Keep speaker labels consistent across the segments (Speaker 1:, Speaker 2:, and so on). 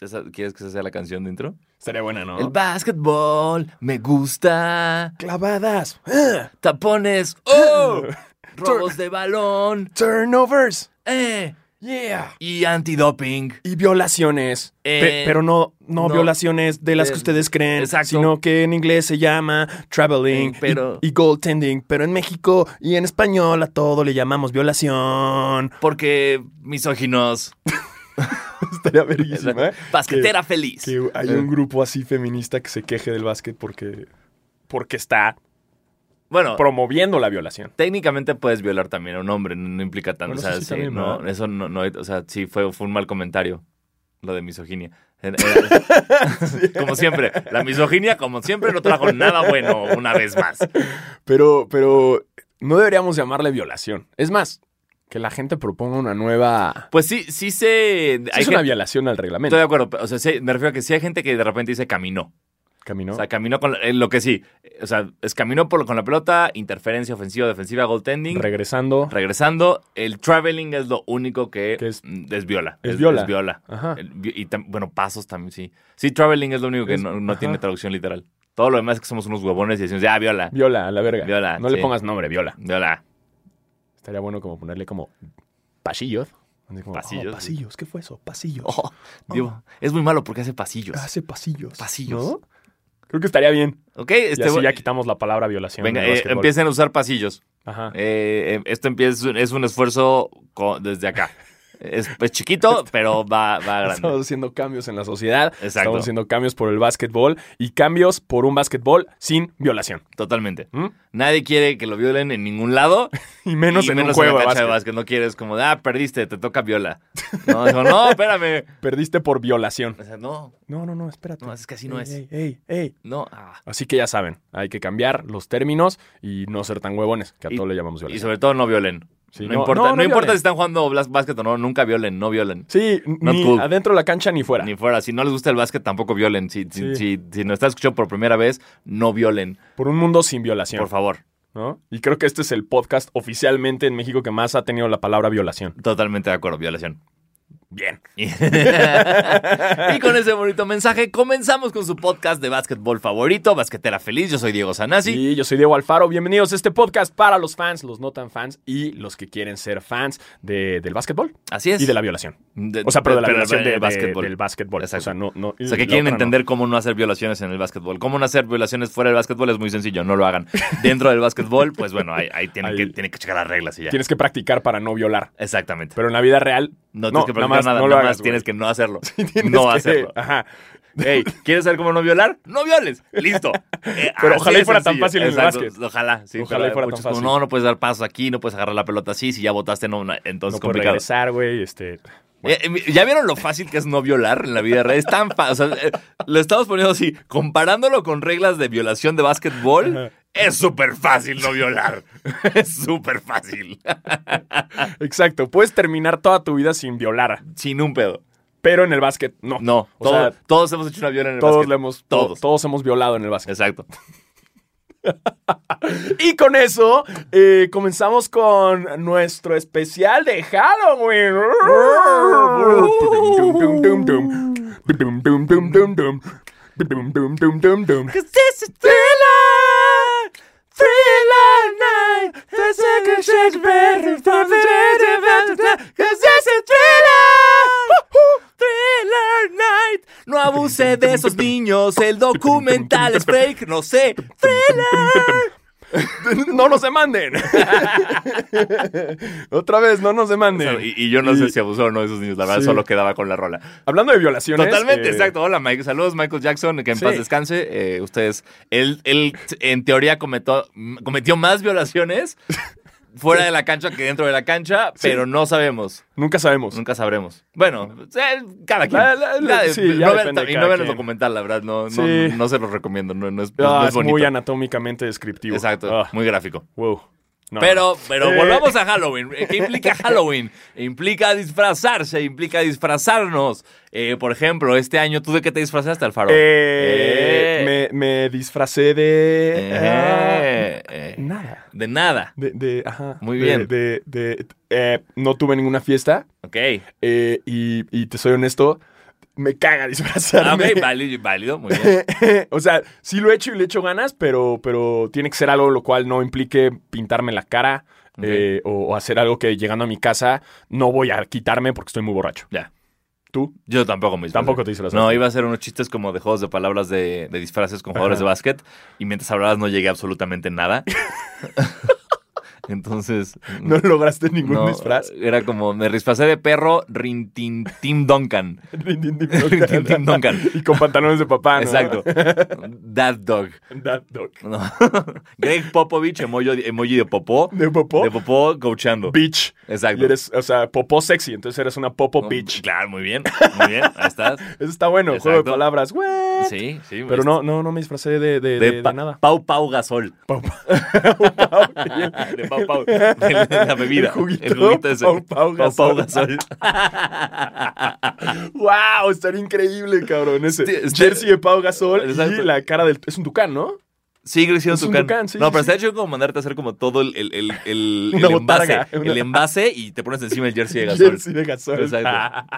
Speaker 1: ¿Esa- ¿Quieres que esa sea la canción de intro?
Speaker 2: Estaría buena, ¿no?
Speaker 1: El básquetbol me gusta.
Speaker 2: Clavadas. Ah,
Speaker 1: Tapones. ¡Oh! Robos de balón.
Speaker 2: Turnovers.
Speaker 1: ¡Eh!
Speaker 2: Yeah.
Speaker 1: Y antidoping.
Speaker 2: Y violaciones.
Speaker 1: Eh,
Speaker 2: Pe- pero no, no,
Speaker 1: no.
Speaker 2: violaciones de las
Speaker 1: Eh,
Speaker 2: que ustedes creen,
Speaker 1: exacto.
Speaker 2: sino que en inglés se llama traveling
Speaker 1: Eh, pero-
Speaker 2: y, y goaltending. Pero en México y en español a todo le llamamos violación.
Speaker 1: Porque misóginos.
Speaker 2: Estaría verguísima. ¿eh?
Speaker 1: Basquetera feliz.
Speaker 2: Que hay un grupo así feminista que se queje del básquet porque, porque está
Speaker 1: Bueno,
Speaker 2: promoviendo la violación.
Speaker 1: técnicamente puedes violar también a un hombre, no, no implica tanto.
Speaker 2: Bueno,
Speaker 1: o sea,
Speaker 2: eso sí
Speaker 1: sí,
Speaker 2: también,
Speaker 1: no,
Speaker 2: ¿verdad?
Speaker 1: eso no, no hay- o sea, sí fue, fue un mal comentario, lo de misoginia. Era- era- como siempre, la misoginia, como siempre, no trajo nada bueno una vez más.
Speaker 2: Pero, pero no deberíamos llamarle violación. Es más, que la gente proponga una nueva...
Speaker 1: Pues sí, sí se.
Speaker 2: Sí
Speaker 1: hay
Speaker 2: es una
Speaker 1: gente-
Speaker 2: violación al reglamento.
Speaker 1: estoy de acuerdo, pero, o sea, sí, me refiero a que sí hay gente que de repente dice caminó.
Speaker 2: Caminó.
Speaker 1: O sea, caminó con la- eh, lo que sí. O sea, es caminó por, con la pelota, interferencia ofensiva, defensiva, goaltending.
Speaker 2: Regresando.
Speaker 1: Regresando, el traveling es lo único que,
Speaker 2: Que es-
Speaker 1: mm, es viola.
Speaker 2: es viola.
Speaker 1: Es viola.
Speaker 2: Ajá.
Speaker 1: El vi- y tam- bueno, pasos también, sí. Sí, traveling es lo único que
Speaker 2: Es-
Speaker 1: no, no
Speaker 2: ajá.
Speaker 1: tiene traducción literal. Todo lo demás es que somos unos huevones y decimos, ya, viola,
Speaker 2: Viola, a la verga.
Speaker 1: Viola,
Speaker 2: No
Speaker 1: sí.
Speaker 2: le pongas nombre, viola.
Speaker 1: viola.
Speaker 2: Estaría bueno como ponerle como pasillos. Así como,
Speaker 1: Pasillos,
Speaker 2: oh, pasillos, Oh, ¿qué fue eso? Pasillos. Ah,
Speaker 1: Digo, es muy malo porque hace pasillos.
Speaker 2: Hace pasillos.
Speaker 1: Pasillos.
Speaker 2: ¿No? Creo que estaría bien.
Speaker 1: Ok, este,
Speaker 2: y así
Speaker 1: bueno,
Speaker 2: ya quitamos la palabra violación.
Speaker 1: venga,
Speaker 2: del
Speaker 1: eh,
Speaker 2: básquetbol.
Speaker 1: empiecen a usar pasillos.
Speaker 2: Ajá.
Speaker 1: Eh, eh, esto empieza, es un esfuerzo co- desde acá. Es, es chiquito, pero va, va grande.
Speaker 2: Estamos haciendo cambios en la sociedad.
Speaker 1: Exacto.
Speaker 2: Estamos haciendo cambios por el básquetbol y cambios por un básquetbol sin violación.
Speaker 1: Totalmente.
Speaker 2: ¿Mm?
Speaker 1: Nadie quiere que lo violen en ningún lado.
Speaker 2: Y menos
Speaker 1: Y
Speaker 2: en un juego
Speaker 1: la cancha
Speaker 2: de básquet.
Speaker 1: de básquet. No quieres como, de, ah, perdiste, te toca viola. No, dijo, no, espérame.
Speaker 2: Perdiste por violación.
Speaker 1: O sea, no,
Speaker 2: No, no, no, espérate.
Speaker 1: no, es que así no
Speaker 2: Ey,
Speaker 1: es.
Speaker 2: ey, ey, ey.
Speaker 1: No, ah.
Speaker 2: Así que ya saben, hay que cambiar los términos y no ser tan huevones, que a
Speaker 1: Y-
Speaker 2: todos le llamamos
Speaker 1: Y
Speaker 2: violación.
Speaker 1: sobre todo no violen.
Speaker 2: Sí,
Speaker 1: no,
Speaker 2: no,
Speaker 1: importa,
Speaker 2: no,
Speaker 1: no
Speaker 2: no
Speaker 1: importa
Speaker 2: violen.
Speaker 1: si están jugando blas- básquet o no, nunca violen, no violen.
Speaker 2: Sí,
Speaker 1: Not
Speaker 2: ni
Speaker 1: cool.
Speaker 2: adentro de la cancha ni fuera.
Speaker 1: Ni fuera, si no les gusta el básquet tampoco violen. Si, si,
Speaker 2: Sí.
Speaker 1: si, si nos estás escuchando por primera vez, no violen,
Speaker 2: Por un mundo sin violación.
Speaker 1: por favor.
Speaker 2: ¿no? Y creo que este es el podcast oficialmente en México que más ha tenido la palabra violación.
Speaker 1: Totalmente de acuerdo, violación.
Speaker 2: Bien.
Speaker 1: y y con ese bonito mensaje comenzamos con su podcast de básquetbol favorito, Basquetera Feliz. Yo soy Diego Sanasi.
Speaker 2: Y yo soy Diego Alfaro. Bienvenidos a este podcast para los fans, los no tan fans y los que quieren ser fans de- del básquetbol
Speaker 1: Así es.
Speaker 2: y de la violación.
Speaker 1: De-
Speaker 2: O sea, pero de la
Speaker 1: pero
Speaker 2: violación de- de-
Speaker 1: básquetbol.
Speaker 2: del básquetbol.
Speaker 1: Exacto.
Speaker 2: O sea, no, no-
Speaker 1: O sea, que
Speaker 2: la
Speaker 1: quieren
Speaker 2: otra no.
Speaker 1: entender cómo no hacer violaciones en el básquetbol. Cómo no hacer violaciones fuera del básquetbol es muy sencillo, no lo hagan. Dentro del básquetbol, pues bueno, ahí, ahí tienen,
Speaker 2: Ahí-
Speaker 1: Que, tienen que checar las reglas y ya.
Speaker 2: Tienes que practicar para no violar.
Speaker 1: Exactamente.
Speaker 2: Pero en la vida real,
Speaker 1: no tienes
Speaker 2: no,
Speaker 1: que
Speaker 2: nada
Speaker 1: practicar
Speaker 2: más,
Speaker 1: nada,
Speaker 2: no lo
Speaker 1: nada
Speaker 2: hagas,
Speaker 1: más tienes que no hacerlo.
Speaker 2: tienes
Speaker 1: no
Speaker 2: que-
Speaker 1: hacerlo.
Speaker 2: Ajá.
Speaker 1: Ey, ¿quieres saber cómo no violar? ¡No violes! ¡Listo! Eh,
Speaker 2: Pero
Speaker 1: así
Speaker 2: ojalá y
Speaker 1: de
Speaker 2: fuera tan
Speaker 1: sencillo.
Speaker 2: fácil en el
Speaker 1: Exacto,
Speaker 2: básquet.
Speaker 1: Ojalá, sí.
Speaker 2: Ojalá
Speaker 1: pero
Speaker 2: y fuera
Speaker 1: muchos
Speaker 2: tan
Speaker 1: como,
Speaker 2: fácil.
Speaker 1: no, no puedes dar paso aquí, no puedes agarrar la pelota así, si ya votaste, no, no, entonces
Speaker 2: No puedes
Speaker 1: complicado.
Speaker 2: regresar, güey. Este,
Speaker 1: Eh, eh, ¿Ya vieron lo fácil que es no violar en la vida real? Es tan fácil. eh, lo estamos poniendo así, comparándolo con reglas de violación de básquetbol.
Speaker 2: Ajá.
Speaker 1: Es súper fácil no violar. Es súper fácil.
Speaker 2: Exacto. Puedes terminar toda tu vida sin violar,
Speaker 1: Sin un pedo.
Speaker 2: pero en el básquet no.
Speaker 1: No,
Speaker 2: O
Speaker 1: todo-
Speaker 2: sea,
Speaker 1: todos hemos hecho una viola en el
Speaker 2: todos,
Speaker 1: básquet.
Speaker 2: le hemos,
Speaker 1: Todos.
Speaker 2: todos. todos hemos violado en el básquet.
Speaker 1: Exacto.
Speaker 2: Y con eso eh, comenzamos con nuestro especial de Halloween.
Speaker 1: Thriller Night. No abuse de esos niños, el documental es fake, no sé. Thriller.
Speaker 2: No nos demanden. Otra vez, no nos demanden.
Speaker 1: Y, y yo no sé si abusó o no de esos niños, la verdad,
Speaker 2: Sí.
Speaker 1: solo quedaba con la rola.
Speaker 2: Hablando de violaciones.
Speaker 1: Totalmente,
Speaker 2: eh,
Speaker 1: exacto. Hola, Mike. Saludos, Michael Jackson, que en
Speaker 2: Sí.
Speaker 1: paz descanse. Eh, ustedes, él, él en teoría cometió, cometió más violaciones fuera de la cancha que dentro de la cancha, pero no sabemos.
Speaker 2: Nunca sabemos.
Speaker 1: Nunca sabremos. Bueno, eh, cada quien.
Speaker 2: La- la- la-
Speaker 1: Cada-
Speaker 2: sí, ya
Speaker 1: no vean,
Speaker 2: depende de
Speaker 1: y no
Speaker 2: cada
Speaker 1: vean el
Speaker 2: quien.
Speaker 1: documental, la verdad. No, no,
Speaker 2: Sí.
Speaker 1: no se los recomiendo. No, no es, no
Speaker 2: Ah,
Speaker 1: es
Speaker 2: es
Speaker 1: bonito.
Speaker 2: muy anatómicamente descriptivo.
Speaker 1: Exacto,
Speaker 2: Ah,
Speaker 1: muy gráfico.
Speaker 2: wow. No,
Speaker 1: Pero, pero
Speaker 2: Eh.
Speaker 1: volvamos a Halloween. Eh, ¿Qué implica Halloween? Implica disfrazarse, implica disfrazarnos. Eh, por ejemplo, este año, ¿tú de qué te disfrazaste, Alfaro?
Speaker 2: Eh, Me, me disfracé de.
Speaker 1: Eh, eh,
Speaker 2: ah, nada.
Speaker 1: De nada.
Speaker 2: De, de- ajá.
Speaker 1: Muy
Speaker 2: De-
Speaker 1: bien.
Speaker 2: De, de- eh, no tuve ninguna fiesta.
Speaker 1: Ok.
Speaker 2: eh, y, y te soy honesto. me caga disfrazarme.
Speaker 1: Ah, ok, válido, válido, muy bien.
Speaker 2: o sea, sí lo he hecho y le he hecho ganas, pero, pero tiene que ser algo lo cual no implique pintarme la cara
Speaker 1: Ok.
Speaker 2: eh, o, o hacer algo que llegando a mi casa no voy a quitarme porque estoy muy borracho.
Speaker 1: Ya.
Speaker 2: ¿Tú?
Speaker 1: Yo tampoco me disfrazé.
Speaker 2: Tampoco te disfrazaste.
Speaker 1: No, iba a hacer unos chistes como de juegos de palabras de, de disfraces con jugadores
Speaker 2: Ajá.
Speaker 1: de básquet y mientras hablabas no llegué a absolutamente nada. Entonces...
Speaker 2: ¿No lograste ningún
Speaker 1: no,
Speaker 2: disfraz?
Speaker 1: Era como, me disfrazé de perro Rintintim Duncan. Tin, tin, Duncan.
Speaker 2: y con pantalones de papá, Ah, ¿no?
Speaker 1: Exacto. That dog.
Speaker 2: That dog.
Speaker 1: No. Greg Popovich, emoji, emoji de popó.
Speaker 2: ¿De popó?
Speaker 1: De popó coachando.
Speaker 2: Bitch.
Speaker 1: Exacto.
Speaker 2: Y eres, o sea, popó sexy, entonces eres una popo
Speaker 1: No,
Speaker 2: bitch.
Speaker 1: Claro, muy bien. Muy bien. Ahí estás.
Speaker 2: Eso está bueno, juego de
Speaker 1: Exacto.
Speaker 2: palabras. What?
Speaker 1: Sí, sí.
Speaker 2: Pero no, no, no me disfracé de, de, de-
Speaker 1: De,
Speaker 2: de
Speaker 1: Pa-
Speaker 2: nada.
Speaker 1: Pau Pau Gasol. Ah,
Speaker 2: Pau,
Speaker 1: de Pau Pau. de la bebida.
Speaker 2: El juguito,
Speaker 1: ese.
Speaker 2: Pau Pau Gasol.
Speaker 1: Gasol.
Speaker 2: ¡Wow! Estaría increíble, cabrón. Ese
Speaker 1: Este- este-
Speaker 2: jersey de Pau Gasol
Speaker 1: Exacto.
Speaker 2: y la cara del. Es un tucán, ¿no?
Speaker 1: Sigue siendo
Speaker 2: Es un
Speaker 1: tucán.
Speaker 2: tucán, sí,
Speaker 1: no,
Speaker 2: sí,
Speaker 1: pero
Speaker 2: sí.
Speaker 1: está hecho como mandarte a hacer como todo el, el, el, el-
Speaker 2: Una
Speaker 1: el envase.
Speaker 2: botarga, una-
Speaker 1: El envase y te pones encima el jersey de Gasol.
Speaker 2: Jersey de Gasol.
Speaker 1: Exacto.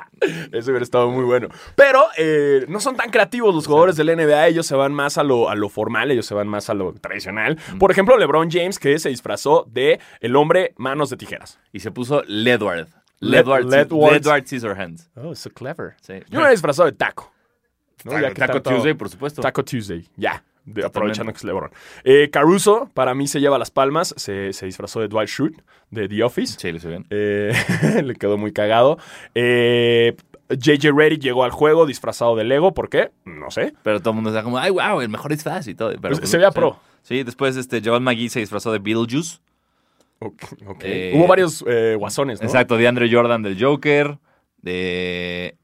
Speaker 2: Eso hubiera estado muy bueno. Pero eh, no son tan creativos los jugadores del NBA. Ellos se van más a lo, a lo formal, ellos se van más a lo tradicional. Por ejemplo, LeBron James, que se disfrazó de el hombre manos de tijeras.
Speaker 1: Y se puso Ledward.
Speaker 2: Le-
Speaker 1: Ledward,
Speaker 2: Ledward.
Speaker 1: Ledward Scissorhands.
Speaker 2: Oh, so clever.
Speaker 1: Sí.
Speaker 2: Yo me he disfrazado de taco. ¿no?
Speaker 1: Taco-
Speaker 2: Ya que
Speaker 1: Taco
Speaker 2: tanto-
Speaker 1: Tuesday, por supuesto.
Speaker 2: Taco Tuesday, ya. de- Aprovechando que es LeBron. Eh, Caruso, para mí, se lleva las palmas. Se, se disfrazó de Dwight Schrute, de The Office.
Speaker 1: Sí, lo hizo bien.
Speaker 2: Eh, le quedó muy cagado. Eh, JJ Reddick llegó al juego disfrazado de Lego. ¿Por qué? No sé.
Speaker 1: Pero todo el mundo está como, ay, wow, el mejor disfraz y todo. Pero,
Speaker 2: Pues, se veía
Speaker 1: sí.
Speaker 2: pro.
Speaker 1: Sí, después este, Joel McGee se disfrazó de Beetlejuice.
Speaker 2: Ok, ok.
Speaker 1: Eh,
Speaker 2: Hubo varios eh, guasones, ¿no?
Speaker 1: Exacto, de Andre Jordan del Joker. De...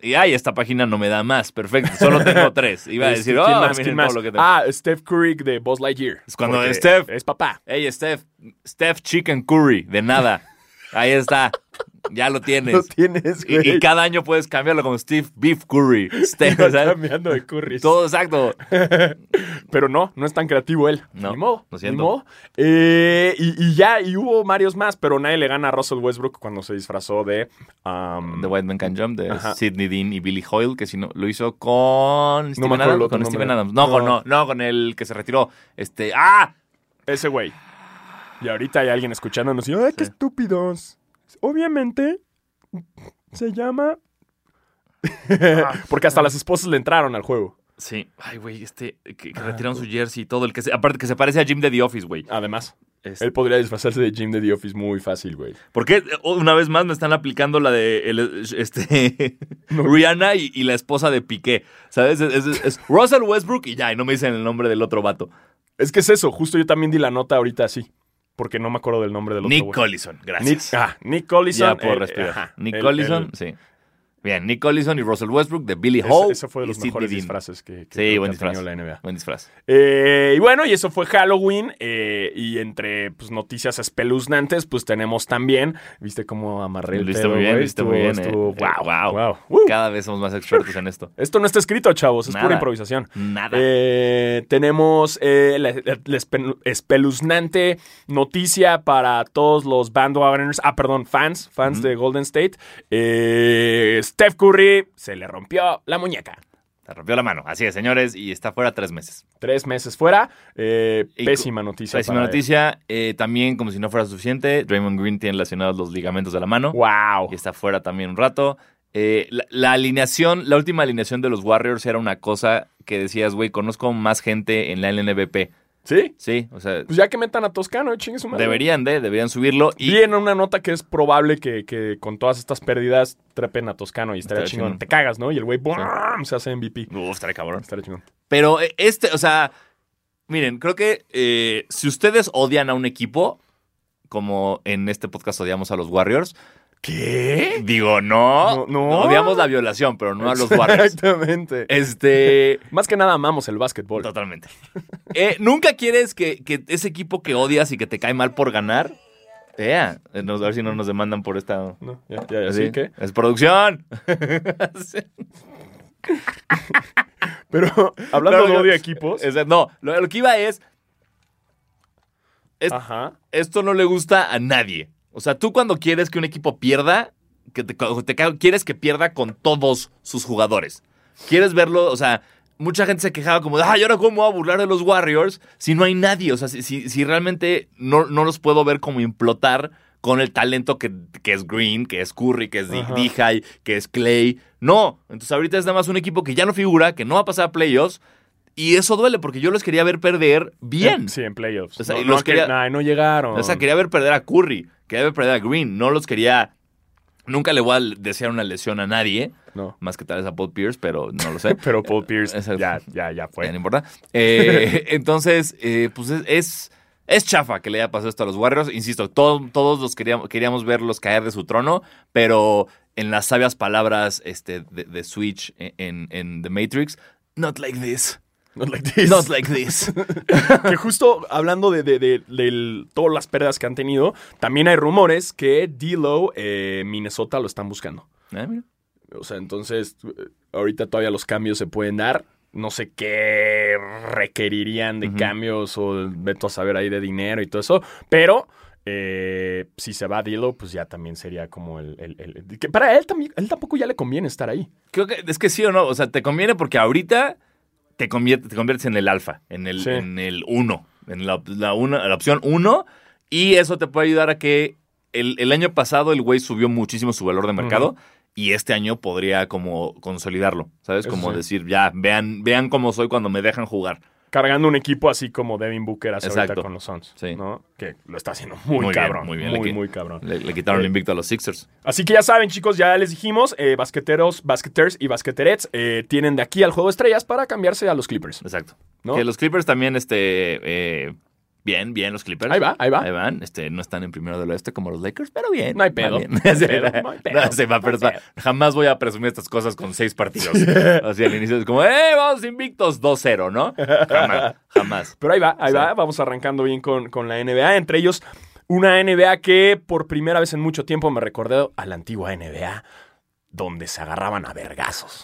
Speaker 1: Y ay, esta página no me da más. Perfecto, solo tengo tres. Iba a
Speaker 2: Este,
Speaker 1: decir,
Speaker 2: ¿quién
Speaker 1: oh,
Speaker 2: más?
Speaker 1: miren
Speaker 2: ¿Quién
Speaker 1: todo
Speaker 2: más?
Speaker 1: lo que tengo.
Speaker 2: Ah, Steph Curry de Buzz Lightyear.
Speaker 1: Es cuando
Speaker 2: Porque
Speaker 1: Steph-
Speaker 2: Es papá.
Speaker 1: Hey, Steph, Steph Chicken Curry, de nada. Ahí está, ya lo tienes.
Speaker 2: No tienes,
Speaker 1: Y- y,
Speaker 2: güey.
Speaker 1: cada año puedes cambiarlo como Steve Beef Curry. Steph,
Speaker 2: Iba
Speaker 1: ¿sabes?
Speaker 2: cambiando de Curry.
Speaker 1: Todo exacto.
Speaker 2: Pero no, no es tan creativo él.
Speaker 1: No,
Speaker 2: ni modo.
Speaker 1: lo siento.
Speaker 2: Ni modo. Eh, y, y ya, y hubo varios más, pero nadie le gana a Russell Westbrook cuando se disfrazó de. um,
Speaker 1: The White Man Can Jump de
Speaker 2: Ajá.
Speaker 1: Sidney Dean y Billy Hoyle, que si no, lo hizo con Steven
Speaker 2: acuerdo el
Speaker 1: Adams.
Speaker 2: otro
Speaker 1: Con Steven
Speaker 2: nombre.
Speaker 1: Adams. No, Con,
Speaker 2: No.
Speaker 1: no, no, con el que se retiró. Este, ¡ah!
Speaker 2: Ese güey. Y ahorita hay alguien escuchándonos y, ¡ay, qué estúpidos! Obviamente se llama. Porque hasta las esposas le entraron al juego.
Speaker 1: Ah, Sí. Ay, güey, este, que,
Speaker 2: Ah,
Speaker 1: que retiraron su jersey y todo. El que se- aparte que se parece a Jim de The Office, güey.
Speaker 2: Además,
Speaker 1: Es-
Speaker 2: él podría disfrazarse de Jim de The Office muy fácil, güey.
Speaker 1: ¿Por qué eh, una vez más me están aplicando la de el, este, Rihanna y, y la esposa de Piqué? ¿Sabes? Es, es- es Russell Westbrook y ya, y no me dicen el nombre del otro vato.
Speaker 2: Es que es eso, justo yo también di la nota ahorita así. Porque no me acuerdo del nombre del otro
Speaker 1: Nick
Speaker 2: güey.
Speaker 1: Collison,
Speaker 2: Nick,
Speaker 1: gracias.
Speaker 2: ah, Nick Collison.
Speaker 1: ya puedo
Speaker 2: el-
Speaker 1: respirar.
Speaker 2: eh, ajá,
Speaker 1: Nick
Speaker 2: el-
Speaker 1: Collison,
Speaker 2: el-
Speaker 1: sí. Bien, Nick Collison y Russell Westbrook de Billy
Speaker 2: ese-
Speaker 1: Howe.
Speaker 2: ese fue de
Speaker 1: y
Speaker 2: los
Speaker 1: Sidney
Speaker 2: mejores
Speaker 1: Dean.
Speaker 2: disfraces que, que,
Speaker 1: Sí,
Speaker 2: creo que
Speaker 1: buen
Speaker 2: ha tenido
Speaker 1: disfraz.
Speaker 2: la NBA.
Speaker 1: Buen disfraz.
Speaker 2: Eh, y bueno, y eso fue Halloween. eh, y entre pues, noticias espeluznantes, pues tenemos también. ¿Viste cómo amarré el
Speaker 1: Lo viste
Speaker 2: pedo,
Speaker 1: muy bien,
Speaker 2: güey?
Speaker 1: lo viste muy bien. eh.
Speaker 2: Estuvo- estuvo-
Speaker 1: Eh,
Speaker 2: wow, wow.
Speaker 1: wow.
Speaker 2: Uh,
Speaker 1: Cada vez somos más expertos en esto.
Speaker 2: esto no está escrito, chavos. Es pura
Speaker 1: Nada.
Speaker 2: improvisación.
Speaker 1: Nada.
Speaker 2: Eh, tenemos eh, la, la- la espe- espeluznante noticia para todos los bandwagoners, ah, perdón, fans, fans de Golden State. Eh, Steph Curry se le rompió la muñeca.
Speaker 1: Se rompió la mano. Así es, señores, y está fuera tres meses.
Speaker 2: Tres meses fuera. eh,
Speaker 1: Y cu-
Speaker 2: pésima noticia.
Speaker 1: Pésima
Speaker 2: para él.
Speaker 1: noticia. eh, también, como si no fuera suficiente, Draymond Green tiene lesionados los ligamentos de la mano.
Speaker 2: Wow.
Speaker 1: Y está fuera también un rato. Eh, la, la alineación, la última alineación de los Warriors era una cosa que decías, güey, conozco más gente en la LNBP.
Speaker 2: ¿Sí?
Speaker 1: Sí, o sea,
Speaker 2: Pues ya que metan a Toscano, chingue su madre.
Speaker 1: deberían de, deberían subirlo. Y
Speaker 2: Vi en una nota que es probable que, que con todas estas pérdidas trepen a Toscano y estaría
Speaker 1: Estaría
Speaker 2: chingón.
Speaker 1: chingón.
Speaker 2: Te cagas, ¿no? Y el güey ¡brum! se hace MVP.
Speaker 1: Uf, estaré cabrón.
Speaker 2: Estaría chingón.
Speaker 1: Pero eh, este, o sea, miren, creo que eh, si ustedes odian a un equipo, como en este podcast odiamos a los Warriors,
Speaker 2: ¿Qué?
Speaker 1: digo, no,
Speaker 2: No, no.
Speaker 1: odiamos la violación, pero no a los Warriors.
Speaker 2: Exactamente.
Speaker 1: Este,
Speaker 2: Más que nada amamos el básquetbol.
Speaker 1: totalmente. Eh, Nunca quieres que, que ese equipo que odias y que te cae mal por ganar, Ea, eh, nos- a ver si no nos demandan por esta...
Speaker 2: No, ya, ya, ya,
Speaker 1: Así
Speaker 2: sí, ¿qué?
Speaker 1: Es producción.
Speaker 2: Pero hablando
Speaker 1: No,
Speaker 2: de
Speaker 1: yo-
Speaker 2: odio a equipos.
Speaker 1: Es- no, lo, lo que iba es,
Speaker 2: Ajá.
Speaker 1: esto no le gusta a nadie. O sea, tú cuando quieres que un equipo pierda, que te, te ca- quieres que pierda con todos sus jugadores. Quieres verlo, o sea, mucha gente se quejaba como, de, ay, ahora cómo voy a burlar de los Warriors si no hay nadie, o sea, si, si, si realmente no, no los puedo ver como implotar con el talento que, que es Green, que es Curry, que es Di-
Speaker 2: Ajá.
Speaker 1: Dijay, que es Clay. No, entonces ahorita es nada más un equipo que ya no figura, que no va a pasar a playoffs. Y eso duele porque yo los quería ver perder bien.
Speaker 2: Eh, Sí, en playoffs.
Speaker 1: O sea,
Speaker 2: no,
Speaker 1: y los
Speaker 2: no, que-
Speaker 1: quería-
Speaker 2: ay, no llegaron.
Speaker 1: O sea, quería ver perder a Curry, quería ver perder a Green, no los quería. Nunca le voy a desear una lesión a nadie,
Speaker 2: No.
Speaker 1: más que tal vez a Paul Pierce, pero no lo sé.
Speaker 2: Pero Paul Pierce
Speaker 1: Exacto.
Speaker 2: ya, ya, ya fue.
Speaker 1: Ya no importa. Eh, entonces, eh, pues es, es, es chafa que le haya pasado esto a los Warriors. Insisto, to- todos los queríamos, queríamos verlos caer de su trono, pero en las sabias palabras este, de, de Switch en, en The Matrix, not like this.
Speaker 2: Not like this.
Speaker 1: Not like this.
Speaker 2: que justo hablando de, de- de- del- todas las pérdidas que han tenido, también hay rumores que D-Lo, eh, Minnesota, lo están buscando.
Speaker 1: Ah, mira.
Speaker 2: O sea, entonces, eh, ahorita todavía los cambios se pueden dar. No sé qué requerirían de
Speaker 1: Ujú.
Speaker 2: cambios o veto a saber ahí de dinero y todo eso. Pero eh, si se va Dilo, pues ya también sería como el. el- el- que para él también, él tampoco ya le conviene estar ahí.
Speaker 1: Creo que es que sí o no. O sea, te conviene porque ahorita te, convier- te conviertes en el alfa, en el,
Speaker 2: Sí.
Speaker 1: en el uno, en la, la una- la opción uno. Y eso te puede ayudar a que el, el año pasado el güey subió muchísimo su valor de mercado. Y este año podría como consolidarlo, ¿sabes?
Speaker 2: Eso
Speaker 1: Como
Speaker 2: sí.
Speaker 1: decir, ya, vean, vean cómo soy cuando me dejan jugar.
Speaker 2: Cargando un equipo así como Devin Booker hace ahorita
Speaker 1: Exacto.
Speaker 2: con los Suns.
Speaker 1: Sí.
Speaker 2: ¿no? Que lo está haciendo muy,
Speaker 1: Muy bien,
Speaker 2: cabrón.
Speaker 1: muy bien, le
Speaker 2: muy,
Speaker 1: que-
Speaker 2: muy cabrón.
Speaker 1: Le, le
Speaker 2: Eh,
Speaker 1: quitaron el invicto a los Sixers.
Speaker 2: Así que ya saben, chicos, ya les dijimos, eh, basqueteros, basqueters y basqueterets eh, tienen de aquí al juego de estrellas para cambiarse a los Clippers.
Speaker 1: Exacto.
Speaker 2: ¿No?
Speaker 1: Que los Clippers también, este, eh, bien, bien los Clippers.
Speaker 2: Ahí va, ahí va.
Speaker 1: Ahí van, este, no están en primero del oeste como los Lakers, pero bien.
Speaker 2: No hay
Speaker 1: va
Speaker 2: pedo,
Speaker 1: bien.
Speaker 2: no hay pedo, no hay pedo,
Speaker 1: No, sí, va, pero
Speaker 2: no hay
Speaker 1: va. jamás voy a presumir estas cosas con seis partidos. Así al inicio es como, ¡eh, vamos invictos! 2-0, ¿no? Jamás, jamás.
Speaker 2: Pero ahí va, ahí
Speaker 1: Sí.
Speaker 2: va, vamos arrancando bien con, con la NBA, entre ellos una NBA que por primera vez en mucho tiempo me recordé a la antigua NBA, donde se agarraban a vergazos.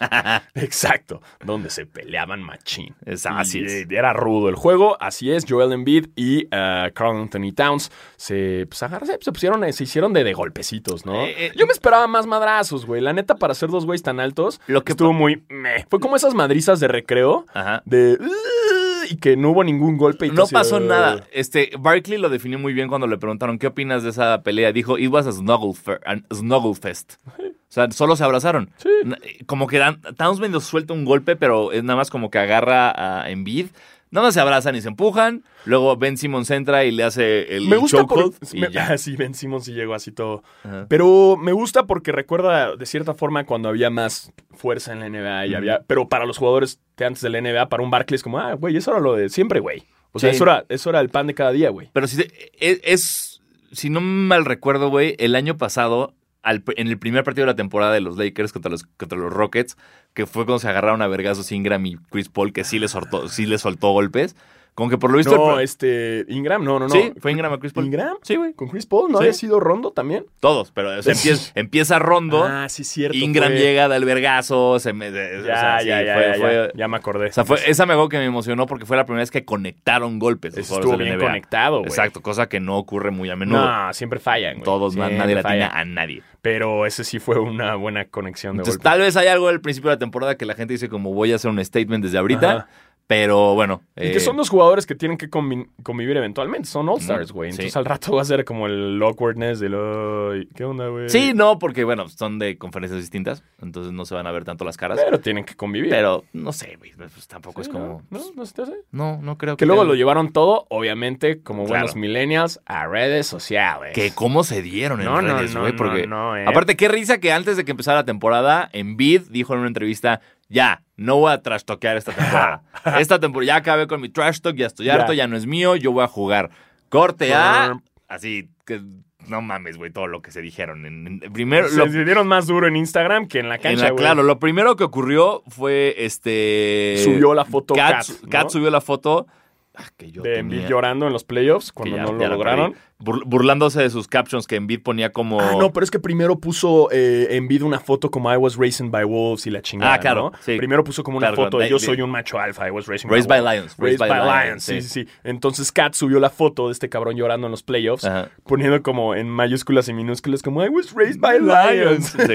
Speaker 2: Exacto, donde se peleaban machín.
Speaker 1: Es- así
Speaker 2: Y,
Speaker 1: es.
Speaker 2: eh, Era rudo el juego, así es. Joel Embiid y eh, Karl Anthony Towns se, pues, agarra- se- se pusieron, eh, se hicieron de, de golpecitos, ¿no?
Speaker 1: Eh, eh,
Speaker 2: Yo me esperaba más madrazos, güey. La neta, para ser dos güeyes tan altos,
Speaker 1: Lo que
Speaker 2: estuvo muy... meh. Fue como esas madrizas de recreo
Speaker 1: Ajá.
Speaker 2: de... "Uh", y que no hubo ningún golpe. y tú
Speaker 1: No
Speaker 2: así,
Speaker 1: pasó
Speaker 2: "Uh".
Speaker 1: nada. Este, Barkley lo definió muy bien cuando le preguntaron qué opinas de esa pelea. Dijo, it was a snuggle, fe- an snuggle fest. O sea, solo se abrazaron.
Speaker 2: Sí.
Speaker 1: Na- Como que dan, Towns medio suelta un golpe, pero es nada más como que agarra a Embiid. Nada más se abrazan y se empujan. Luego Ben Simmons entra y le hace el
Speaker 2: Me gusta
Speaker 1: chokehold
Speaker 2: porque...
Speaker 1: y
Speaker 2: me-
Speaker 1: ya.
Speaker 2: Sí, Ben Simmons sí llegó así todo...
Speaker 1: Ajá.
Speaker 2: Pero me gusta porque recuerda de cierta forma cuando había más fuerza en la NBA y
Speaker 1: Ujú.
Speaker 2: había. Pero para los jugadores de antes de la NBA, para un Barclays, como, ah, güey, eso era lo de siempre, güey. O sea,
Speaker 1: Sí.
Speaker 2: eso, era, eso era el pan de cada día, güey.
Speaker 1: Pero si te- es, es- si no mal recuerdo, güey, el año pasado, al pr- en el primer partido de la temporada de los Lakers contra los, contra los Rockets, que fue cuando se agarraron a vergazos Ingram y Chris Paul, que sí le soltó, sí le soltó golpes. Como que por lo visto.
Speaker 2: No,
Speaker 1: el-
Speaker 2: este. Ingram, no, no, no.
Speaker 1: sí, fue Ingram a Chris Paul.
Speaker 2: ¿Ingram?
Speaker 1: Sí, güey.
Speaker 2: ¿Con Chris Paul? ¿No
Speaker 1: Sí.
Speaker 2: había sido Rondo también?
Speaker 1: Todos, pero o sea, empieza, empieza rondo.
Speaker 2: Ah, sí, cierto.
Speaker 1: Ingram
Speaker 2: fue.
Speaker 1: llega del vergazo. Se me,
Speaker 2: Ya,
Speaker 1: o sea, sí,
Speaker 2: ya, ya,
Speaker 1: fue-
Speaker 2: ya,
Speaker 1: fue-
Speaker 2: ya, ya me acordé.
Speaker 1: O sea, fue, esa me acuerdo que me emocionó porque fue la primera vez que conectaron golpes. los
Speaker 2: Eso
Speaker 1: jugadores
Speaker 2: estuvo
Speaker 1: de la
Speaker 2: bien
Speaker 1: NBA.
Speaker 2: conectado, güey.
Speaker 1: Exacto, cosa que no ocurre muy a menudo.
Speaker 2: No, siempre fallan, güey.
Speaker 1: Todos, na-
Speaker 2: Siempre
Speaker 1: nadie latina
Speaker 2: fallan.
Speaker 1: a nadie.
Speaker 2: Pero ese sí fue una buena conexión de
Speaker 1: Entonces,
Speaker 2: golpe.
Speaker 1: tal vez hay algo al principio de la temporada que la gente dice como voy a hacer un statement desde ahorita,
Speaker 2: Ajá.
Speaker 1: pero bueno.
Speaker 2: Y
Speaker 1: eh,
Speaker 2: que son dos jugadores que tienen que convi- convivir eventualmente. Son All-Stars, güey.
Speaker 1: Sí.
Speaker 2: Entonces al rato va a ser como el awkwardness del. "Ay, ¿Qué onda, güey?
Speaker 1: Sí, no, porque bueno, son de conferencias distintas, entonces no se van a ver tanto las caras.
Speaker 2: Pero tienen que convivir.
Speaker 1: Pero no sé, güey, pues, tampoco
Speaker 2: Sí,
Speaker 1: es como...
Speaker 2: ¿No? ¿No? ¿No se te hace?
Speaker 1: No, no creo que...
Speaker 2: Que luego
Speaker 1: tengan-
Speaker 2: lo llevaron todo, obviamente, como
Speaker 1: Claro.
Speaker 2: buenos millennials, a redes sociales.
Speaker 1: Que cómo se dieron en
Speaker 2: No, no,
Speaker 1: redes,
Speaker 2: no,
Speaker 1: güey,
Speaker 2: no,
Speaker 1: porque...
Speaker 2: no, eh.
Speaker 1: Aparte, qué risa que antes de que empezara la temporada, Embiid dijo en una entrevista, ya, no voy a trash toquear esta temporada. esta temporada, ya acabé con mi trash talk, ya estoy
Speaker 2: Ya.
Speaker 1: harto, ya no es mío, yo voy a jugar. Corte a...
Speaker 2: Brr.
Speaker 1: Así que... No mames, güey, todo lo que se dijeron. En- en- primero,
Speaker 2: se
Speaker 1: lo-
Speaker 2: dieron más duro en Instagram que en la
Speaker 1: en
Speaker 2: cancha,
Speaker 1: la-
Speaker 2: güey.
Speaker 1: claro, lo primero que ocurrió fue este...
Speaker 2: Subió la foto
Speaker 1: Kat,
Speaker 2: Kat,
Speaker 1: Kat
Speaker 2: ¿no?
Speaker 1: subió la foto ah, que yo
Speaker 2: de Embiid
Speaker 1: tenía,
Speaker 2: llorando en los playoffs
Speaker 1: que
Speaker 2: cuando
Speaker 1: ya-
Speaker 2: no
Speaker 1: ya
Speaker 2: lo
Speaker 1: la
Speaker 2: lograron.
Speaker 1: perdí. Bur- burlándose de sus captions que Embiid ponía como...
Speaker 2: Ah, no, pero es que primero puso eh, en vida una foto como I was racing by wolves y la chingada.
Speaker 1: Ah, claro,
Speaker 2: ¿no?
Speaker 1: sí.
Speaker 2: Primero puso como una
Speaker 1: Claro,
Speaker 2: foto
Speaker 1: claro,
Speaker 2: de yo
Speaker 1: de-
Speaker 2: soy un macho alfa, I was racing
Speaker 1: Raised by
Speaker 2: wolves.
Speaker 1: Lions.
Speaker 2: Raised by, Lions. Sí, sí, sí. Entonces Kat subió la foto de este cabrón llorando en los playoffs,
Speaker 1: Ajá.
Speaker 2: poniendo como en mayúsculas y minúsculas como I was raised by Lions.
Speaker 1: Sí.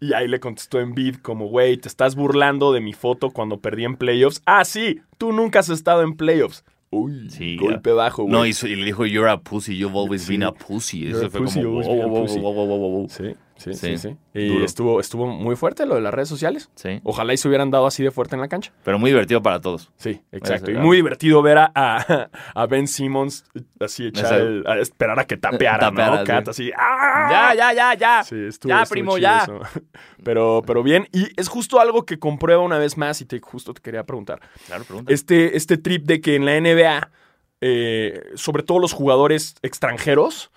Speaker 2: y ahí le contestó Embiid como, güey, te estás burlando de mi foto cuando perdí en playoffs. Ah, sí, tú nunca has estado en playoffs. Uy,
Speaker 1: Sí,
Speaker 2: golpe bajo, güey.
Speaker 1: No, y, su- y le dijo, You're a pussy, you've always
Speaker 2: Sí.
Speaker 1: been a pussy.
Speaker 2: You're
Speaker 1: Eso
Speaker 2: a
Speaker 1: fue
Speaker 2: pussy,
Speaker 1: como.
Speaker 2: always
Speaker 1: "Wow,
Speaker 2: been a
Speaker 1: wow,
Speaker 2: pussy".
Speaker 1: wow, wow, wow, wow".
Speaker 2: Sí, sí, sí,
Speaker 1: Sí,
Speaker 2: sí. Y
Speaker 1: duro.
Speaker 2: estuvo, estuvo muy fuerte lo de las redes sociales.
Speaker 1: Sí.
Speaker 2: Ojalá y se hubieran dado así de fuerte en la cancha.
Speaker 1: Pero muy divertido para todos.
Speaker 2: Sí, exacto.
Speaker 1: Eso,
Speaker 2: Y
Speaker 1: claro.
Speaker 2: muy divertido ver a, a, a Ben Simmons así echar
Speaker 1: Eso.
Speaker 2: el- a esperar a que tapeara,
Speaker 1: Tapeara,
Speaker 2: ¿no?
Speaker 1: sí.
Speaker 2: Cat así. ¡ah!
Speaker 1: Ya, ya, ya, ya.
Speaker 2: Sí, estuvo,
Speaker 1: Ya,
Speaker 2: estuvo
Speaker 1: primo,
Speaker 2: chido
Speaker 1: ya.
Speaker 2: eso. Pero, pero bien, y es justo algo que comprueba una vez más, y te, justo te quería preguntar.
Speaker 1: Claro, pregunta.
Speaker 2: Este, este trip de que en la NBA, eh, sobre todo los jugadores extranjeros,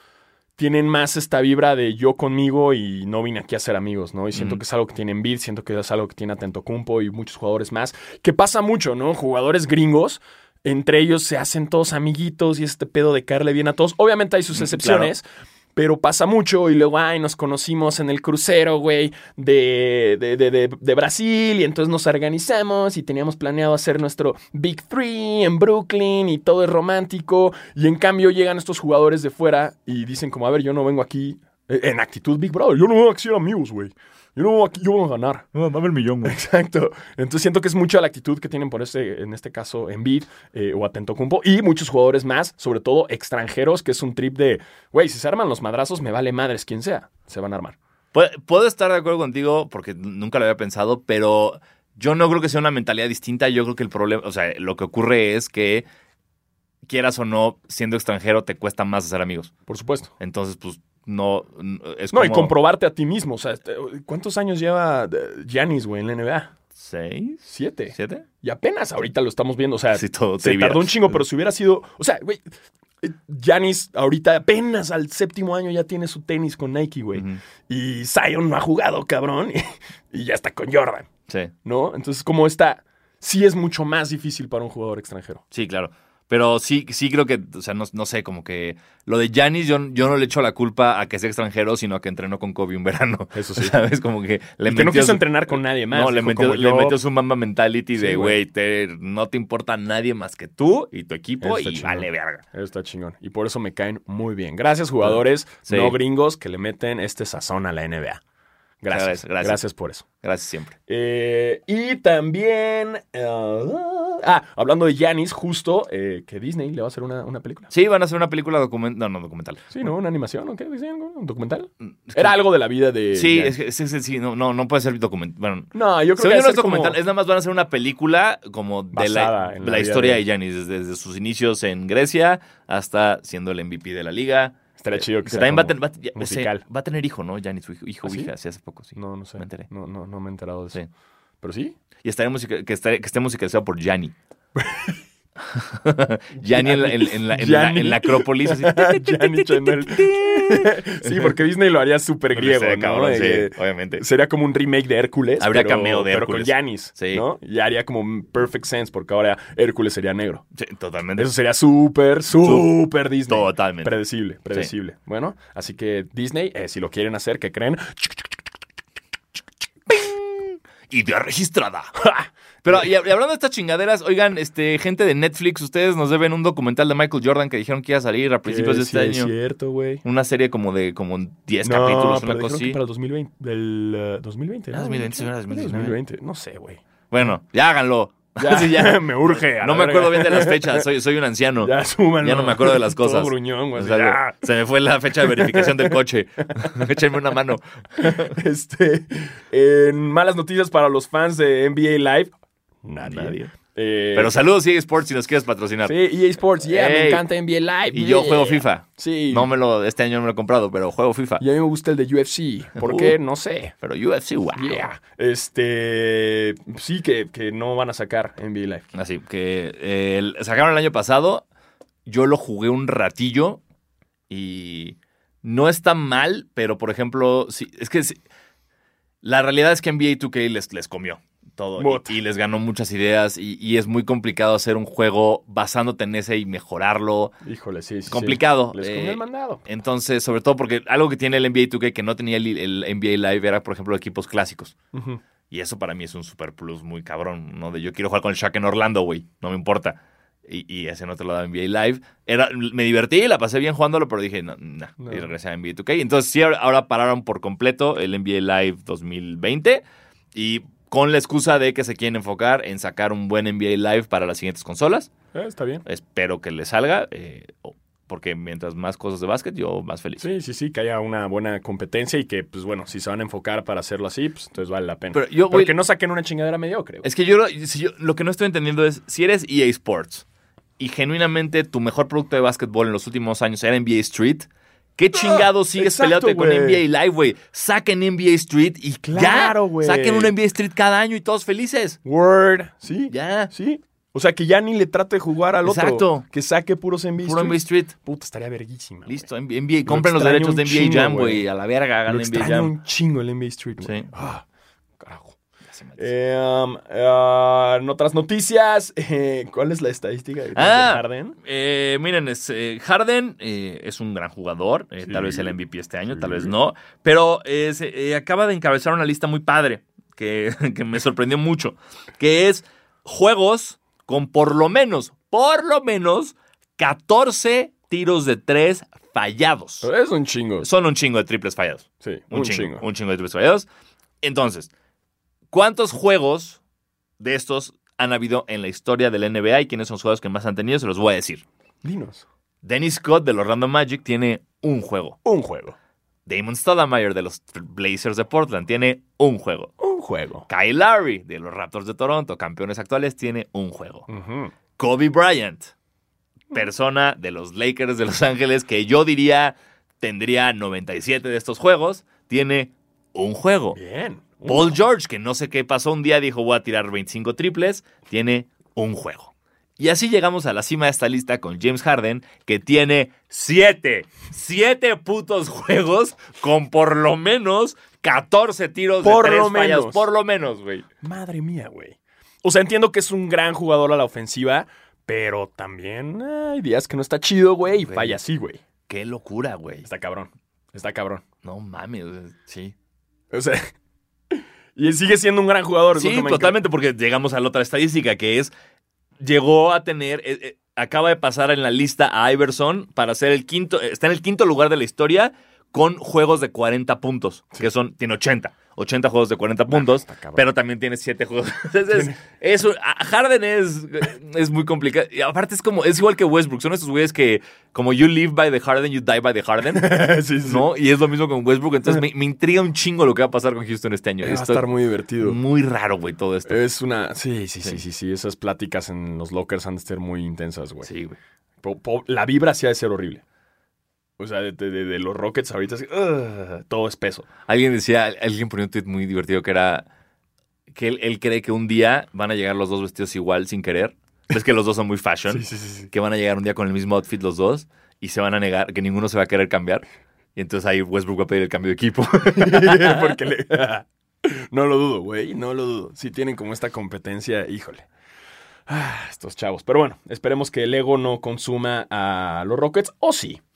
Speaker 2: tienen más esta vibra de yo conmigo y no vine aquí a ser amigos, ¿no? Y siento
Speaker 1: Ujú.
Speaker 2: que es algo que tiene Embiid, siento que es algo que tiene Atentocumpo y muchos jugadores más, que pasa mucho, ¿no? Jugadores gringos, entre ellos se hacen todos amiguitos y este pedo de caerle bien a todos. Obviamente hay sus
Speaker 1: Mm,
Speaker 2: excepciones. Pero pasa mucho y luego, ay, nos conocimos en el crucero, güey, de, de, de- de- de Brasil y entonces nos organizamos y teníamos planeado hacer nuestro Big Three en Brooklyn y todo es romántico y en cambio llegan estos jugadores de fuera y dicen como, a ver, yo no vengo aquí eh, en actitud Big Brother, yo no vengo aquí a ser amigos, güey, yo no vengo aquí, yo vengo a ganar.
Speaker 1: No, dame el millón,
Speaker 2: Exacto. Entonces siento que es mucho la actitud que tienen por este, en este caso, Embiid eh, o Atento Cumpo y muchos jugadores más, sobre todo extranjeros, que es un trip de, güey, si se arman los madrazos, me vale madres quien sea, se van a armar.
Speaker 1: Puedo estar de acuerdo contigo porque nunca lo había pensado, pero yo no creo que sea una mentalidad distinta. Yo creo que el problema, o sea, lo que ocurre es que quieras o no, siendo extranjero te cuesta más hacer amigos.
Speaker 2: Por supuesto.
Speaker 1: Entonces, pues no n- es
Speaker 2: No, y
Speaker 1: como-
Speaker 2: comprobarte a ti mismo. O sea, este, ¿cuántos años lleva eh, Giannis, güey, en la NBA?
Speaker 1: seis,
Speaker 2: Siete.
Speaker 1: siete.
Speaker 2: Y apenas ahorita lo estamos viendo. O sea,
Speaker 1: Sí, todo
Speaker 2: Ah, se
Speaker 1: trivia.
Speaker 2: tardó un chingo, pero si hubiera sido. O sea, güey. eh, Giannis ahorita apenas al séptimo año ya tiene su tenis con Nike, güey.
Speaker 1: Ujú.
Speaker 2: Y Zion no ha jugado, cabrón. Y, ya está con Jordan,
Speaker 1: Sí.
Speaker 2: ¿no? Entonces, como está, sí es mucho más difícil para un jugador extranjero.
Speaker 1: Sí, claro. Pero sí, sí creo que, o sea, no, no sé, como que lo de Giannis yo, yo no le echo la culpa a que sea extranjero, sino a que entrenó con Kobe un verano.
Speaker 2: Eso sí.
Speaker 1: ¿Sabes? Como que le
Speaker 2: Y que no
Speaker 1: metió
Speaker 2: quiso
Speaker 1: su-
Speaker 2: entrenar con nadie más.
Speaker 1: no, le
Speaker 2: dijo,
Speaker 1: metió,
Speaker 2: como
Speaker 1: le
Speaker 2: yo-
Speaker 1: metió su mamba mentality
Speaker 2: Sí,
Speaker 1: de,
Speaker 2: güey.
Speaker 1: güey, te- no te importa nadie más que tú y tu equipo
Speaker 2: Está
Speaker 1: y
Speaker 2: chingón.
Speaker 1: vale verga.
Speaker 2: Eso Está chingón. Y por eso me caen muy bien. Gracias, jugadores
Speaker 1: Sí.
Speaker 2: no gringos que le meten este sazón a la NBA. Gracias.
Speaker 1: Gracias,
Speaker 2: Gracias,
Speaker 1: gracias.
Speaker 2: por eso.
Speaker 1: Gracias siempre.
Speaker 2: Eh, y también. eh, ah, hablando de Yanis, justo eh, que Disney le va a hacer una, una película.
Speaker 1: Sí, van a hacer una película documental. No, no documental.
Speaker 2: Sí, ¿no? ¿Una animación o qué? Disney, ¿no? ¿Un documental?
Speaker 1: Es que-
Speaker 2: Era algo de la vida de.
Speaker 1: Sí,
Speaker 2: Giannis.
Speaker 1: es, que- es, que- sí, no, no, no puede ser documental. Bueno,
Speaker 2: No, yo creo
Speaker 1: Según yo no
Speaker 2: que va a
Speaker 1: es
Speaker 2: ser como-
Speaker 1: documental, es nada más van a hacer una película como de
Speaker 2: Basada
Speaker 1: la,
Speaker 2: en
Speaker 1: la
Speaker 2: la vida
Speaker 1: historia
Speaker 2: de-
Speaker 1: de Giannis, desde, desde sus inicios en Grecia hasta siendo el MVP de la liga.
Speaker 2: Estaría chido que sea
Speaker 1: también va a,
Speaker 2: como
Speaker 1: ten- va a- ya-
Speaker 2: musical.
Speaker 1: se- va a tener hijo, ¿no? Giannis, su hijo, hijo
Speaker 2: ¿Ah,
Speaker 1: o
Speaker 2: sí?
Speaker 1: hija, sí, hace poco, sí.
Speaker 2: No, no sé.
Speaker 1: Me enteré.
Speaker 2: No, no, no me he enterado de eso.
Speaker 1: Sí.
Speaker 2: Pero sí.
Speaker 1: Y estaría musica- que, estaré- que esté musicalizado por Gianni. Gianni en la, en- en la- en la- en la Acrópolis. así.
Speaker 2: Gianni Chandel. sí, porque Disney lo haría súper griego,
Speaker 1: Estaría
Speaker 2: ¿no?
Speaker 1: cabrón,
Speaker 2: De
Speaker 1: sí,
Speaker 2: que
Speaker 1: obviamente.
Speaker 2: Sería como un remake de Hércules.
Speaker 1: Habría
Speaker 2: pero,
Speaker 1: cameo de
Speaker 2: pero con
Speaker 1: Hércules.
Speaker 2: Yanis,
Speaker 1: Sí.
Speaker 2: ¿no? Y haría como perfect sense, porque ahora Hércules sería negro.
Speaker 1: Sí, totalmente.
Speaker 2: Eso sería súper, súper Disney.
Speaker 1: Totalmente.
Speaker 2: Predecible, predecible. Bueno, así que Disney, eh, si lo quieren hacer, ¿qué creen?
Speaker 1: Idea registrada. Pero y, y hablando de estas chingaderas, oigan, este, gente de Netflix, ustedes nos deben un documental de Michael Jordan que dijeron que iba a salir a principios de
Speaker 2: Eh,
Speaker 1: este
Speaker 2: sí, Es
Speaker 1: año.
Speaker 2: cierto, güey.
Speaker 1: Una serie como de como 10
Speaker 2: No,
Speaker 1: capítulos,
Speaker 2: pero
Speaker 1: una cosa
Speaker 2: dijeron que
Speaker 1: así.
Speaker 2: para el 2020, del eh, 2020, ¿no?
Speaker 1: Ah, 2020, sí, era 2019.
Speaker 2: 2020, no sé, güey.
Speaker 1: Bueno, ya háganlo.
Speaker 2: Ya,
Speaker 1: Sí, ya.
Speaker 2: me urge. a
Speaker 1: No
Speaker 2: la
Speaker 1: me
Speaker 2: verga.
Speaker 1: acuerdo bien de las fechas, soy, soy un anciano.
Speaker 2: Ya súmanlo.
Speaker 1: Ya no me acuerdo de las
Speaker 2: Todo
Speaker 1: cosas.
Speaker 2: gruñón, güey,
Speaker 1: O
Speaker 2: así,
Speaker 1: sea,
Speaker 2: ya.
Speaker 1: Se me fue la fecha de verificación del coche. Échenme una mano.
Speaker 2: Este, en malas noticias para los fans de NBA Live. Nadie.
Speaker 1: Nadie.
Speaker 2: Eh,
Speaker 1: Pero saludos EA Sports si nos quieres patrocinar.
Speaker 2: sí, EA Sports, yeah, me
Speaker 1: Ey.
Speaker 2: encanta NBA Live.
Speaker 1: Y yo
Speaker 2: yeah.
Speaker 1: juego FIFA.
Speaker 2: Sí.
Speaker 1: No me lo, este año no me lo he comprado, pero juego FIFA.
Speaker 2: Y a mí me gusta el de UFC. ¿Por
Speaker 1: Uh.
Speaker 2: qué? No sé.
Speaker 1: Pero UFC, wow.
Speaker 2: Yeah. Este, sí que, que no van a sacar NBA Live.
Speaker 1: Así que eh, el- sacaron el año pasado. Yo lo jugué un ratillo y no está mal, pero por ejemplo, sí, es que sí, la realidad es que NBA 2K les, les comió. todo.
Speaker 2: Mut.
Speaker 1: Y, y les ganó muchas ideas y, y es muy complicado hacer un juego basándote en ese y mejorarlo.
Speaker 2: Híjole, sí, sí, sí.
Speaker 1: Complicado.
Speaker 2: Les
Speaker 1: Eh,
Speaker 2: comió el mandado.
Speaker 1: Entonces, sobre todo porque algo que tiene el NBA 2K que no tenía el, el NBA Live era, por ejemplo, equipos clásicos.
Speaker 2: Ujú.
Speaker 1: Y eso para mí es un super plus muy cabrón, ¿no? De yo quiero jugar con Shaq en Orlando, güey, no me importa. Y, y ese no te lo daba NBA Live. Era, me divertí, la pasé bien jugándolo, pero dije, no, no.
Speaker 2: No.
Speaker 1: Y regresé a NBA 2K. Entonces sí, ahora- ahora pararon por completo el NBA Live 2020 y con la excusa de que se quieren enfocar en sacar un buen NBA Live para las siguientes consolas.
Speaker 2: Eh, está bien.
Speaker 1: Espero que les salga, eh, porque mientras más cosas de básquet, yo más feliz.
Speaker 2: Sí, sí, sí, que haya una buena competencia y que, pues bueno, si se van a enfocar para hacerlo así, pues entonces vale la pena.
Speaker 1: Pero
Speaker 2: Pero,
Speaker 1: yo voy-
Speaker 2: que no saquen una chingadera mediocre. güey.
Speaker 1: Es que yo, lo- si yo- lo que no estoy entendiendo es, si eres EA Sports y genuinamente tu mejor producto de básquetbol en los últimos años era NBA Street, ¿qué chingado sigues
Speaker 2: Ah, exacto,
Speaker 1: peleándote con
Speaker 2: güey.
Speaker 1: NBA Live, güey? Saquen NBA Street y
Speaker 2: Claro,
Speaker 1: ya,
Speaker 2: güey.
Speaker 1: saquen un NBA Street cada año y todos felices.
Speaker 2: Word. Sí.
Speaker 1: Ya,
Speaker 2: Sí. O sea, que ya ni le trate de jugar al
Speaker 1: Exacto.
Speaker 2: otro. Que saque puros NBA
Speaker 1: puro NBA
Speaker 2: Street.
Speaker 1: Street.
Speaker 2: Puta, estaría verguísima. güey.
Speaker 1: Listo, NBA, compren los
Speaker 2: extraño
Speaker 1: derechos
Speaker 2: un
Speaker 1: de NBA
Speaker 2: chingo,
Speaker 1: Jam, güey,
Speaker 2: güey.
Speaker 1: a la verga, hagan NBA
Speaker 2: Lo extraño
Speaker 1: Jam.
Speaker 2: un chingo el NBA Street. güey.
Speaker 1: Sí.
Speaker 2: Ah, carajo.
Speaker 1: Ya se me hace.
Speaker 2: Eh, um, ah, en otras noticias, eh, ¿cuál es la estadística de
Speaker 1: Ah.
Speaker 2: Harden?
Speaker 1: Eh, miren, es, eh, Harden eh, es un gran jugador, eh,
Speaker 2: Sí.
Speaker 1: tal vez el MVP este año, tal
Speaker 2: Sí.
Speaker 1: vez no, pero eh, se- eh, acaba de encabezar una lista muy padre que, que me sorprendió mucho, que es juegos con por lo menos, por lo menos 14 tiros de tres fallados.
Speaker 2: Es un chingo.
Speaker 1: Son un chingo de triples fallados.
Speaker 2: Sí,
Speaker 1: Un,
Speaker 2: Oh. un
Speaker 1: chingo,
Speaker 2: chingo.
Speaker 1: Un chingo de triples fallados. Entonces, ¿cuántos juegos de estos han habido en la historia del NBA y quiénes son los juegos que más han tenido? Se los voy a decir.
Speaker 2: Dinos.
Speaker 1: Dennis Scott de los Random Magic tiene un juego.
Speaker 2: Un juego.
Speaker 1: Damon Stoudemire de los Blazers de Portland tiene un juego.
Speaker 2: Un juego.
Speaker 1: Kyle Lowry de los Raptors de Toronto, campeones actuales, tiene un juego.
Speaker 2: Ujú.
Speaker 1: Kobe Bryant, persona de los Lakers de Los Ángeles que yo diría tendría 97 de estos juegos, tiene un juego.
Speaker 2: Bien. Un
Speaker 1: Paul George, que no sé qué pasó un día, dijo voy a tirar 25 triples, tiene un juego. Y así llegamos a la cima de esta lista con James Harden, que tiene 7, 7 putos juegos con por lo menos 14 tiros
Speaker 2: Por
Speaker 1: de tres
Speaker 2: lo
Speaker 1: fallas.
Speaker 2: menos.
Speaker 1: Por lo menos, güey.
Speaker 2: Madre mía, güey. O sea, entiendo que es un gran jugador a la ofensiva, pero también hay días que no está chido, güey, y
Speaker 1: Güey.
Speaker 2: falla así, güey.
Speaker 1: Qué locura, güey.
Speaker 2: Está cabrón. Está cabrón.
Speaker 1: No mames, o sea, sí.
Speaker 2: O sea, y sigue siendo un gran jugador. es lo
Speaker 1: Sí,
Speaker 2: que me
Speaker 1: totalmente, porque llegamos a la otra estadística, que es, llegó a tener, eh, eh, acaba de pasar en la lista a Iverson para ser el quinto, eh, está en el quinto lugar de la historia con juegos de 40 puntos, que son, tiene 80, 80 juegos de 40 puntos,
Speaker 2: está Ah, cabrón.
Speaker 1: pero también tiene 7 juegos. Entonces, es- es un- a- Harden es, eh, es muy complicado. Y aparte es como, es igual que Westbrook, son estos güeyes que como you live by the Harden, you die by the Harden.
Speaker 2: encanta. sí, sí.
Speaker 1: ¿No? Y es lo mismo con Westbrook. Entonces me, me intriga un chingo lo que va a pasar con Houston este año.
Speaker 2: Eh, Va a
Speaker 1: Esto-
Speaker 2: estar muy divertido.
Speaker 1: muy raro, güey, todo esto.
Speaker 2: Es una. Sí, sí,
Speaker 1: Sí.
Speaker 2: sí, sí, sí. Esas pláticas en los lockers han de ser muy intensas, güey.
Speaker 1: Sí, güey.
Speaker 2: Po- po- La vibra sí ha de ser horrible. O sea, de, de- de- de los Rockets ahorita es. ugh, todo espeso.
Speaker 1: Alguien decía, alguien ponía un tweet muy divertido que era que él, él cree que un día van a llegar los dos vestidos igual sin querer. Es que los dos son muy fashion.
Speaker 2: sí, sí.
Speaker 1: Que van a llegar un día con el mismo outfit los dos y se van a negar que ninguno se va a querer cambiar. Y entonces ahí Westbrook va a pedir el cambio de equipo.
Speaker 2: Porque le- no lo dudo, güey, no lo dudo. Si tienen como esta competencia, híjole. Ah, estos chavos. Pero bueno, esperemos que el ego no consuma a los Rockets, o sí.
Speaker 1: Sí.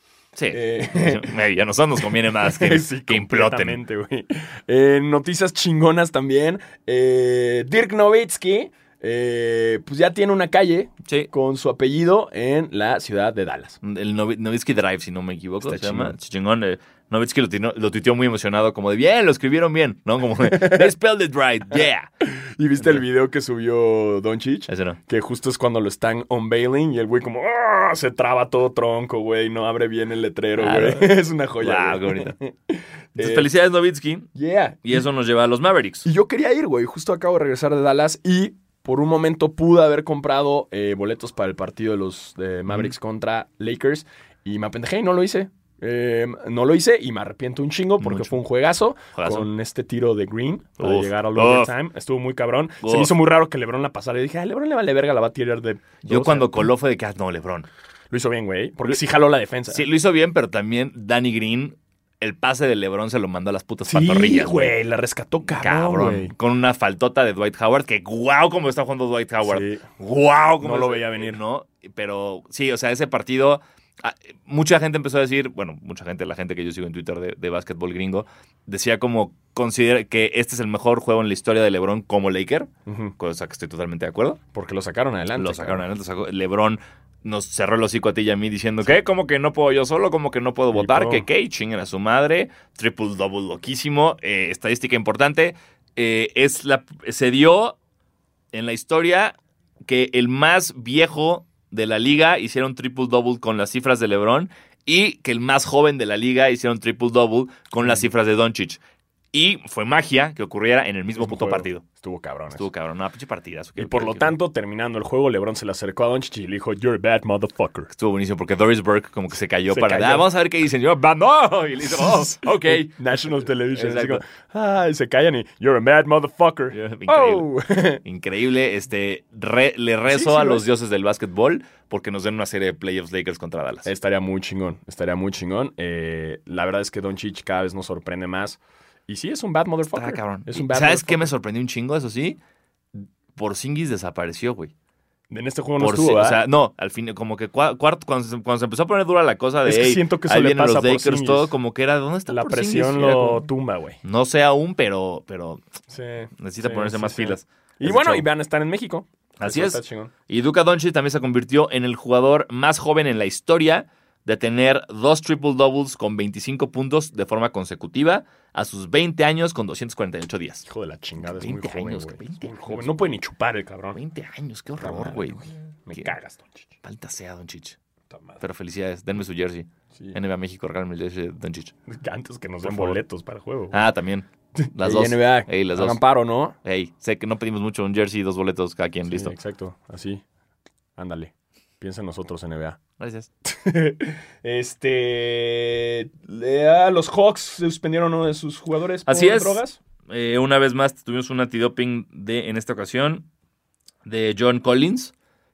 Speaker 2: Eh,
Speaker 1: Ey, a nosotros nos conviene más que,
Speaker 2: sí,
Speaker 1: que imploten.
Speaker 2: completamente, güey. Eh, noticias chingonas también. Eh, Dirk Nowitzki, eh, pues ya tiene una calle
Speaker 1: Sí.
Speaker 2: con su apellido en la ciudad de Dallas.
Speaker 1: El Novi- Novitsky Drive, si no me equivoco,
Speaker 2: Está
Speaker 1: se llama. Chingón. eh, Novitsky lo, tino- lo tuiteó muy emocionado, como de bien, lo escribieron bien, ¿no? Como de, they spelled it right, yeah.
Speaker 2: ¿Y viste el video que subió Doncic?
Speaker 1: Ese no.
Speaker 2: Que justo es cuando lo están unveiling y el güey como "Ah", se traba todo tronco, güey, no abre bien el letrero,
Speaker 1: Claro.
Speaker 2: güey. Es una joya.
Speaker 1: Wow, qué
Speaker 2: güey.
Speaker 1: bonito. Entonces,
Speaker 2: Eh,
Speaker 1: felicidades, Novitsky.
Speaker 2: Yeah.
Speaker 1: Y eso nos lleva a los Mavericks.
Speaker 2: Y yo quería ir, güey. Justo acabo de regresar de Dallas y por un momento pude haber comprado eh, boletos para el partido de los de Mavericks contra Lakers y me apendejé y no lo hice. Eh, no lo hice y me arrepiento un chingo porque
Speaker 1: Mucho.
Speaker 2: fue un juegazo,
Speaker 1: Juegazo.
Speaker 2: con este tiro de Green para
Speaker 1: Uf,
Speaker 2: llegar al
Speaker 1: uf.
Speaker 2: overtime. Estuvo muy cabrón. Se
Speaker 1: Uf.
Speaker 2: me hizo muy raro que LeBron la pasara. Y dije, ah, LeBron le vale verga, la va a tirar de.
Speaker 1: Yo
Speaker 2: dos".
Speaker 1: cuando coló fue de que, ah, no, Lebron.
Speaker 2: Lo hizo bien, güey. Porque sí jaló la defensa.
Speaker 1: Sí, lo hizo bien, pero también Danny Green el pase de LeBron se lo mandó a las putas
Speaker 2: Sí,
Speaker 1: pantorrillas,
Speaker 2: güey, la rescató cabrón,
Speaker 1: Cabrón.
Speaker 2: güey.
Speaker 1: Con una faltota de Dwight Howard, que guau como está jugando Dwight Howard.
Speaker 2: Sí.
Speaker 1: Guau, cómo
Speaker 2: No lo
Speaker 1: es-
Speaker 2: veía venir.
Speaker 1: ¿no? Pero sí, o sea, ese partido, ah, eh, mucha gente empezó a decir, bueno, mucha gente, la gente que yo sigo en Twitter de, de básquetbol gringo, decía como, considera que este es el mejor juego en la historia de LeBron como Laker,
Speaker 2: Ujú.
Speaker 1: cosa que estoy totalmente de acuerdo.
Speaker 2: Porque lo sacaron adelante.
Speaker 1: Lo sacaron
Speaker 2: cabrón.
Speaker 1: adelante. sacó- LeBron nos cerró el hocico a ti y a mí diciendo que como que no puedo yo solo, como que no puedo
Speaker 2: Tipo.
Speaker 1: votar, que que chinguen a su madre, triple double loquísimo, eh, estadística importante. eh, es la, se dio en la historia que el más viejo de la liga hiciera un triple double con las cifras de LeBron y que el más joven de la liga hiciera un triple double con las cifras de Doncic. Y fue magia que ocurriera en el mismo puto
Speaker 2: Juego.
Speaker 1: partido.
Speaker 2: Estuvo cabrón. eso.
Speaker 1: Estuvo cabrón, una pinche partida.
Speaker 2: Y por lo tanto, terminando el juego, LeBron se le acercó a Doncic y le dijo, "You're a bad motherfucker."
Speaker 1: Estuvo buenísimo porque Doris Burke como que se cayó
Speaker 2: Se
Speaker 1: para.
Speaker 2: cayó.
Speaker 1: "Ah, vamos a ver qué dicen. Yo, "Va, no. Y le hizo, "Oh, ok.
Speaker 2: National Television. Así como,
Speaker 1: Exacto.
Speaker 2: Ay, se callan y, "You're a mad motherfucker."
Speaker 1: Increíble.
Speaker 2: Oh.
Speaker 1: Increíble. Este, re- le rezo
Speaker 2: Sí, sí,
Speaker 1: a
Speaker 2: lo
Speaker 1: los
Speaker 2: es.
Speaker 1: dioses del básquetbol porque nos den una serie de playoffs Lakers contra Dallas.
Speaker 2: Estaría muy chingón, estaría muy chingón. Eh, la verdad es que Doncic cada vez nos sorprende más. Y sí, es un bad motherfucker.
Speaker 1: Está Ah, cabrón.
Speaker 2: Es
Speaker 1: Y
Speaker 2: un bad
Speaker 1: ¿Sabes qué me sorprendió un chingo? Eso sí. Porzingis desapareció, güey.
Speaker 2: motherfucker. En este juego no
Speaker 1: Por
Speaker 2: estuvo,
Speaker 1: si- o
Speaker 2: ¿verdad?
Speaker 1: sea, no, al fin, como que cua- cuarto, cuando se, cuando se empezó a poner dura la cosa de.
Speaker 2: Es que
Speaker 1: "Ey,
Speaker 2: siento que eso
Speaker 1: ahí
Speaker 2: le
Speaker 1: vienen
Speaker 2: pasa a
Speaker 1: los Lakers,
Speaker 2: Porzingis.
Speaker 1: todo, como que era, ¿dónde está
Speaker 2: la
Speaker 1: Porzingis?"
Speaker 2: presión
Speaker 1: Y
Speaker 2: lo
Speaker 1: era como,
Speaker 2: tumba, güey.
Speaker 1: No sé aún, pero, pero
Speaker 2: Sí.
Speaker 1: necesita
Speaker 2: Sí,
Speaker 1: ponerse
Speaker 2: sí,
Speaker 1: más
Speaker 2: sí.
Speaker 1: filas.
Speaker 2: Y
Speaker 1: Ese
Speaker 2: bueno,
Speaker 1: chavo.
Speaker 2: y van a estar en México.
Speaker 1: Así
Speaker 2: Eso
Speaker 1: es.
Speaker 2: está chingón.
Speaker 1: Y Luka Doncic también se convirtió en el jugador más joven en la historia de tener dos triple doubles con 25 puntos de forma consecutiva a sus 20 años con 248 días.
Speaker 2: Hijo de la chingada, es muy
Speaker 1: 20
Speaker 2: joven,
Speaker 1: años,
Speaker 2: güey.
Speaker 1: que 20
Speaker 2: Es muy joven.
Speaker 1: años.
Speaker 2: No puede ni chupar el cabrón.
Speaker 1: 20 años, qué
Speaker 2: Puta
Speaker 1: horror,
Speaker 2: madre,
Speaker 1: güey.
Speaker 2: Me
Speaker 1: Qué-
Speaker 2: cagas, Doncic.
Speaker 1: Falta sea Doncic.
Speaker 2: Puta madre.
Speaker 1: Pero felicidades, denme su jersey.
Speaker 2: Sí.
Speaker 1: NBA México, regálame el jersey de Doncic.
Speaker 2: Antes que nos
Speaker 1: Por
Speaker 2: den
Speaker 1: favor.
Speaker 2: boletos para el juego. güey.
Speaker 1: Ah, también. Las
Speaker 2: Ey,
Speaker 1: dos.
Speaker 2: NBA,
Speaker 1: Ey, las dos.
Speaker 2: hagan paro, ¿no?
Speaker 1: Ey, sé que no pedimos mucho, un jersey y dos boletos cada quien,
Speaker 2: Sí,
Speaker 1: listo.
Speaker 2: Exacto, así. Ándale. Piensa en nosotros, NBA.
Speaker 1: Gracias.
Speaker 2: Este. le- ah, los Hawks suspendieron a uno de sus jugadores
Speaker 1: Así
Speaker 2: por
Speaker 1: es.
Speaker 2: drogas.
Speaker 1: Eh, una vez más tuvimos un antidoping de, en esta ocasión de John Collins,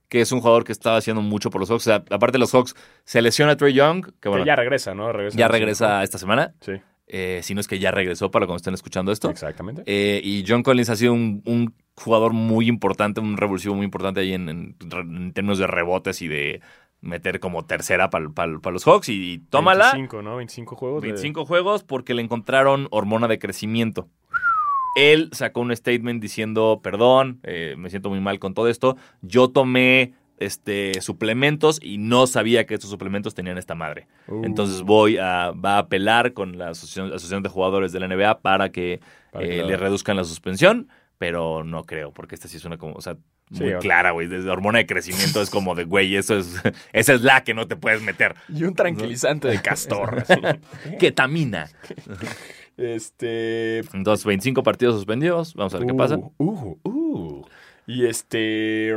Speaker 1: que es un jugador que estaba haciendo mucho por los Hawks. O sea, aparte de los Hawks, se lesiona a Trey Young, que bueno,
Speaker 2: Que ya
Speaker 1: ya,
Speaker 2: regresa, ¿no? Regresa.
Speaker 1: regresa esta semana.
Speaker 2: Sí,
Speaker 1: Eh, si no es que ya regresó para cuando estén escuchando esto.
Speaker 2: exactamente.
Speaker 1: Eh, y John Collins ha sido un, un jugador muy importante, un revulsivo muy importante ahí en, en- en términos de rebotes y de meter como tercera para los Hawks. Y, y tómala.
Speaker 2: 25, ¿no? 25 juegos. de-
Speaker 1: 25 juegos porque le encontraron hormona de crecimiento. Él sacó un statement diciendo, perdón, eh, me siento muy mal con todo esto. Yo tomé este, suplementos y no sabía que estos suplementos tenían esta madre.
Speaker 2: Uh,
Speaker 1: Entonces voy a, va a apelar con la asociación, asociación de jugadores de la NBA para que,
Speaker 2: para
Speaker 1: eh,
Speaker 2: que la-
Speaker 1: le reduzcan la suspensión, pero no creo, porque esta sí es una como, o sea,
Speaker 2: Sí,
Speaker 1: muy
Speaker 2: o-
Speaker 1: clara, güey. Desde hormona de crecimiento es como de, güey, eso es, esa es la que no te puedes meter.
Speaker 2: Y un tranquilizante de castor. así.
Speaker 1: Ketamina.
Speaker 2: este.
Speaker 1: Entonces, 25 partidos suspendidos. Vamos a ver qué
Speaker 2: uh,
Speaker 1: pasa.
Speaker 2: Uh, uh. Y este.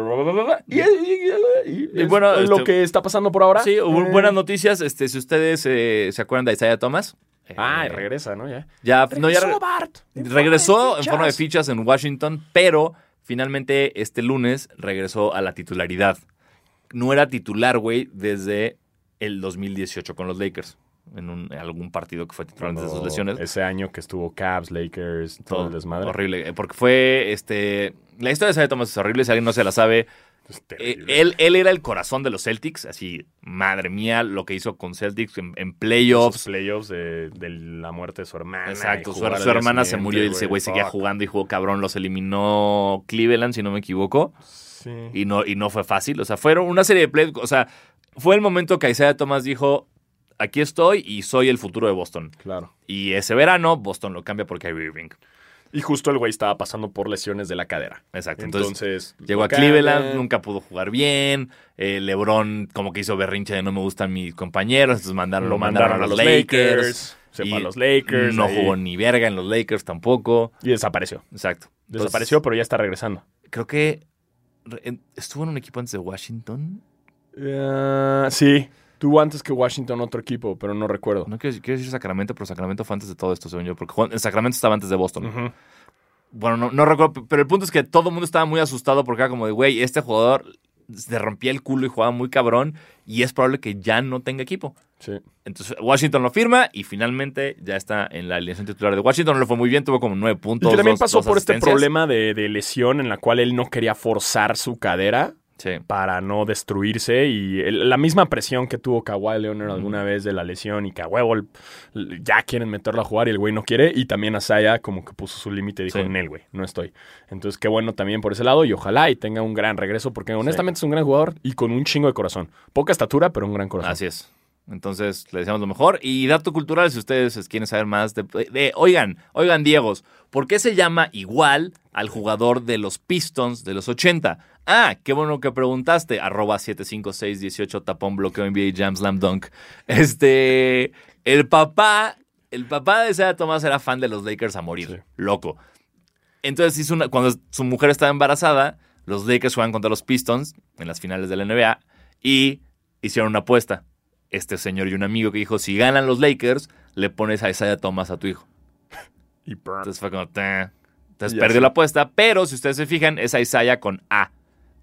Speaker 2: Y,
Speaker 1: Y bueno,
Speaker 2: es lo
Speaker 1: este-
Speaker 2: que está pasando por ahora.
Speaker 1: Sí, hubo
Speaker 2: Eh,
Speaker 1: buenas noticias. Este, si ustedes eh, se acuerdan de Isaiah Thomas. eh,
Speaker 2: Ah, y regresa, ¿no? Ya.
Speaker 1: ya, no, ya re-
Speaker 2: Bart.
Speaker 1: regresó en forma de fichas en Washington, pero finalmente este lunes regresó a la titularidad. No era titular, güey, desde el 2018 con los Lakers. En, un- en algún partido que fue titular antes de sus
Speaker 2: Cuando-
Speaker 1: lesiones.
Speaker 2: Oh, Ese año que estuvo Cavs, Lakers, todo, el desmadre.
Speaker 1: Horrible. eh, Porque fue, este... La historia de Isaiah Thomas es horrible. Si alguien no se la sabe,
Speaker 2: Es
Speaker 1: Eh,
Speaker 2: terrible.
Speaker 1: él, él era el corazón de los Celtics, así, madre mía, lo que hizo con Celtics en, en
Speaker 2: Esos
Speaker 1: playoffs.
Speaker 2: playoffs de, de la muerte de su hermana.
Speaker 1: Exacto,
Speaker 2: y
Speaker 1: su,
Speaker 2: jugar al
Speaker 1: su
Speaker 2: día
Speaker 1: hermana se
Speaker 2: siguiente,
Speaker 1: murió y ese güey seguía
Speaker 2: fuck.
Speaker 1: jugando y jugó cabrón, los eliminó Cleveland, si no me equivoco,
Speaker 2: Sí.
Speaker 1: y no, y no fue fácil, o sea, fueron una serie de playoffs, o sea, fue el momento que Isaiah Thomas dijo, aquí estoy y soy el futuro de Boston.
Speaker 2: Claro.
Speaker 1: Y ese verano Boston lo cambia por Kyrie Irving.
Speaker 2: Y justo el güey estaba pasando por lesiones de la cadera.
Speaker 1: Exacto, entonces,
Speaker 2: Entonces,
Speaker 1: Llegó a
Speaker 2: nunca-
Speaker 1: Cleveland, nunca pudo jugar bien. eh, LeBron como que hizo berrinche de no me gustan mis compañeros, entonces mandaron,
Speaker 2: Lo mandaron a los Lakers. se fue a
Speaker 1: y
Speaker 2: los Lakers.
Speaker 1: no
Speaker 2: ahí.
Speaker 1: jugó ni verga en los Lakers tampoco.
Speaker 2: Y desapareció.
Speaker 1: Exacto. Entonces,
Speaker 2: Desapareció, pero ya está regresando.
Speaker 1: Creo que re- en- estuvo en un equipo antes de Washington.
Speaker 2: Eh, sí. Tuvo antes que Washington otro equipo, pero no recuerdo.
Speaker 1: No quiero, quiero decir Sacramento, pero Sacramento fue antes de todo esto, según yo, porque Juan- el Sacramento estaba antes de Boston.
Speaker 2: Ujú.
Speaker 1: Bueno, no, no recuerdo, pero el punto es que todo el mundo estaba muy asustado porque era como de, güey, este jugador se rompía el culo y jugaba muy cabrón y es probable que ya no tenga equipo.
Speaker 2: Sí.
Speaker 1: Entonces Washington lo firma y finalmente ya está en la alineación titular de Washington. No le fue muy bien, tuvo como nueve
Speaker 2: Y
Speaker 1: puntos.
Speaker 2: que también
Speaker 1: dos-
Speaker 2: pasó
Speaker 1: dos
Speaker 2: por este
Speaker 1: asistencias.
Speaker 2: problema de, de lesión en la cual él no quería forzar su cadera
Speaker 1: Sí.
Speaker 2: para no destruirse y el- la misma presión que tuvo Kawhi Leonard alguna vez de la lesión y que a huevo el- l- ya quieren meterlo a jugar y el güey no quiere y también Asaya como que puso su límite y dijo
Speaker 1: Sí.
Speaker 2: en él güey no estoy entonces qué bueno también por ese lado y ojalá y tenga un gran regreso porque honestamente es un gran jugador y con un chingo de corazón poca estatura pero un gran corazón
Speaker 1: Así es. Entonces, le deseamos lo mejor. Y dato cultural, si ustedes quieren saber más de, de- Oigan, oigan, Diegos, ¿por qué se llama igual al jugador de los Pistons de los 80? Ah, qué bueno que preguntaste. Arroba 75618 tapón bloqueo NBA Jam Slam Dunk. Este. El papá. El papá de Sarah Thomas era fan de los Lakers a morir.
Speaker 2: Sí.
Speaker 1: Loco. Entonces hizo una, cuando su mujer estaba embarazada, los Lakers juegan contra los Pistons en las finales de la NBA y hicieron una apuesta. Este señor y un amigo que dijo, si ganan los Lakers, le pones a Isaiah Thomas a tu hijo.
Speaker 2: y brr.
Speaker 1: Entonces fue como, "Teh". entonces
Speaker 2: Ya
Speaker 1: perdió
Speaker 2: sé.
Speaker 1: la apuesta, pero si ustedes se fijan, es Isaiah con A.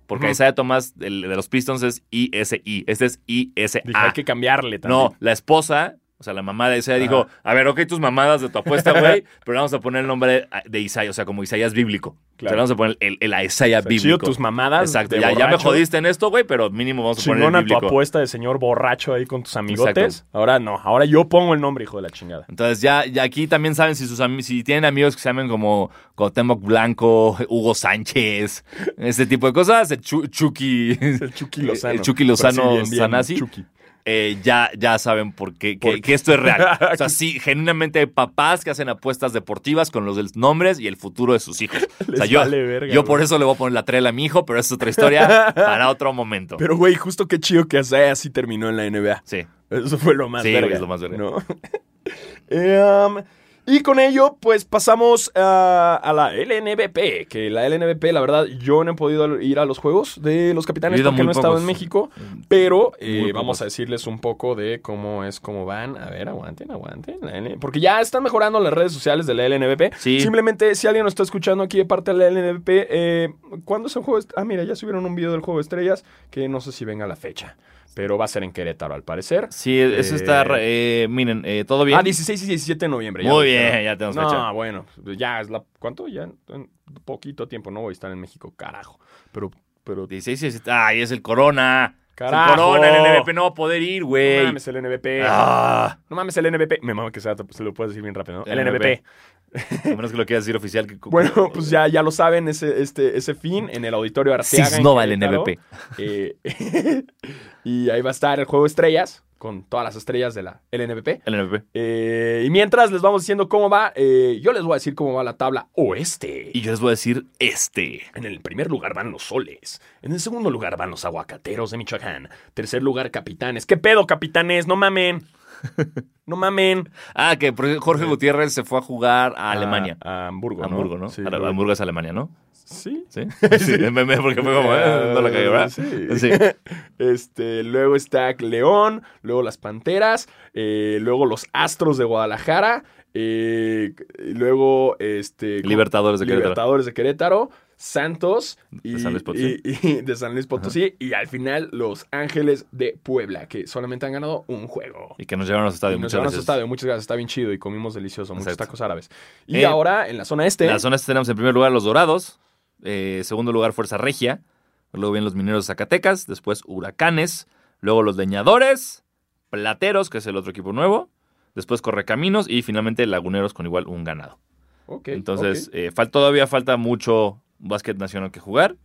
Speaker 1: Porque
Speaker 2: Ujú.
Speaker 1: Isaiah Thomas el de los Pistons es ISI, este es ISA.
Speaker 2: Dije, hay que cambiarle también.
Speaker 1: Ah. No, la esposa, o sea, la mamá de Isaías dijo, a ver, ok, tus mamadas de tu apuesta, güey, pero le vamos a poner el nombre de Isaías, o sea, como Isaías bíblico.
Speaker 2: Claro.
Speaker 1: O sea, le vamos a poner el, el, el Isaías
Speaker 2: Está chido
Speaker 1: bíblico.
Speaker 2: tus mamadas
Speaker 1: Exacto,
Speaker 2: de
Speaker 1: ya, ya me
Speaker 2: borracho.
Speaker 1: jodiste en esto, güey, pero mínimo vamos a poner el
Speaker 2: chingona tu
Speaker 1: bíblico.
Speaker 2: apuesta de señor borracho ahí con tus amigotes. Ahora no, ahora yo pongo el nombre, hijo de la chingada.
Speaker 1: Entonces ya, ya aquí también saben si sus amigos, si tienen amigos que se llamen como Cuauhtémoc Blanco, Hugo Sánchez, este tipo de cosas, el Chu- Chucky,
Speaker 2: El Chucky
Speaker 1: Lozano.
Speaker 2: Lozano.
Speaker 1: Eh, El Chucky Lozano Pero sí, bien, bien, Sanasi. Chucky. eh, ya, ya saben por qué, que,
Speaker 2: Por-
Speaker 1: que esto es real. O sea, sí, genuinamente hay papás que hacen apuestas deportivas con los del- nombres y el futuro de sus hijos. O sea,
Speaker 2: Les
Speaker 1: yo,
Speaker 2: vale verga,
Speaker 1: yo
Speaker 2: güey.
Speaker 1: por eso le voy a poner la trela a mi hijo, pero es otra historia para otro momento.
Speaker 2: Pero, güey, justo qué chido que Asaya así terminó en la NBA.
Speaker 1: sí.
Speaker 2: Eso fue lo más
Speaker 1: Sí,
Speaker 2: verga.
Speaker 1: güey, es lo más verga.
Speaker 2: ¿no? Eh, um, y con ello, pues pasamos a, a la LNBP. Que la LNBP, la verdad, yo no he podido ir a los juegos de los capitanes
Speaker 1: Yo he ido
Speaker 2: porque
Speaker 1: muy
Speaker 2: no he estado
Speaker 1: pocos.
Speaker 2: en México. Pero eh,
Speaker 1: Muy
Speaker 2: vamos
Speaker 1: pocos.
Speaker 2: a decirles un poco de cómo es, cómo van. A ver, aguanten, aguanten. la LN porque ya están mejorando las redes sociales de la LNBP.
Speaker 1: Sí.
Speaker 2: Simplemente, si alguien nos está escuchando aquí de parte de la LNBP, eh, ¿cuándo es el juego? de est- Ah, mira, ya subieron un video del juego de estrellas que no sé si venga la fecha. Pero va a ser en Querétaro, al parecer.
Speaker 1: Sí, eso
Speaker 2: Eh,
Speaker 1: está. ra- eh, miren, eh, todo bien.
Speaker 2: Ah, 16 y 17 de noviembre.
Speaker 1: Muy
Speaker 2: lo
Speaker 1: bien,
Speaker 2: dijeron.
Speaker 1: ya tenemos
Speaker 2: no,
Speaker 1: fecha.
Speaker 2: bueno, pues ya es la... ¿Cuánto? Ya en- en poquito tiempo no voy a estar en México, carajo. Pero, pero...
Speaker 1: 16 y 17. Ay, es el corona. Es el
Speaker 2: Carajo.
Speaker 1: corona, el NBP no va a poder ir,
Speaker 2: No
Speaker 1: güey.
Speaker 2: mames, eh. el NBP.
Speaker 1: Ah,
Speaker 2: No mames, el NBP. Me mama que sea, se lo puedes decir bien rápido, ¿no?
Speaker 1: El
Speaker 2: El NBP.
Speaker 1: a menos que lo quieras decir oficial. que-
Speaker 2: Bueno, pues ya, ya lo saben, ese, este, ese fin en el Auditorio Arteaga. en
Speaker 1: Cisnova el
Speaker 2: Querétaro.
Speaker 1: NBP.
Speaker 2: Eh, y ahí va a estar el juego de estrellas con todas las estrellas de la LNBP.
Speaker 1: El NBP.
Speaker 2: Eh, y mientras les vamos diciendo cómo va, eh, yo les voy a decir cómo va la tabla oeste.
Speaker 1: Y yo les voy a decir este.
Speaker 2: En el primer lugar van los soles. En el segundo lugar van los aguacateros de Michoacán. Tercer lugar, capitanes. ¿Qué pedo, capitanes? No mamen. No mamen.
Speaker 1: Ah, que por- Jorge Gutiérrez se fue a jugar a Alemania.
Speaker 2: Eh, A, a Hamburgo,
Speaker 1: A
Speaker 2: ¿no?
Speaker 1: Hamburgo, ¿no?
Speaker 2: Sí.
Speaker 1: A- Hamburgo es Alemania, ¿no?
Speaker 2: Sí.
Speaker 1: Sí. Sí, me- me- porque fue como, eh, no la cagué, ¿verdad?
Speaker 2: Sí.
Speaker 1: Sí.
Speaker 2: Este, luego está León, luego las Panteras, eh, luego los Astros de Guadalajara, eh, y luego este,
Speaker 1: Libertadores de Querétaro.
Speaker 2: Libertadores de Querétaro, Santos y,
Speaker 1: De San Luis Potosí.
Speaker 2: y- y de San Luis Potosí, y al final Los Ángeles de Puebla, que solamente han ganado un juego.
Speaker 1: Y que nos llevaron a los
Speaker 2: Y
Speaker 1: estadios.
Speaker 2: nos
Speaker 1: Muchas
Speaker 2: llevaron a su
Speaker 1: gracias.
Speaker 2: estadio, muchas gracias, está bien chido y comimos delicioso, muchos
Speaker 1: Exacto.
Speaker 2: tacos árabes. Y
Speaker 1: Eh,
Speaker 2: ahora en la zona este,
Speaker 1: En la zona este tenemos en primer lugar los Dorados, eh, segundo lugar Fuerza Regia, luego vienen los Mineros de Zacatecas, después Huracanes, luego los Leñadores, Plateros, que es el otro equipo nuevo, después Correcaminos y finalmente Laguneros con igual un ganado.
Speaker 2: Ok,
Speaker 1: Entonces,
Speaker 2: ok.
Speaker 1: eh, fal- todavía falta mucho básquet nacional que jugar.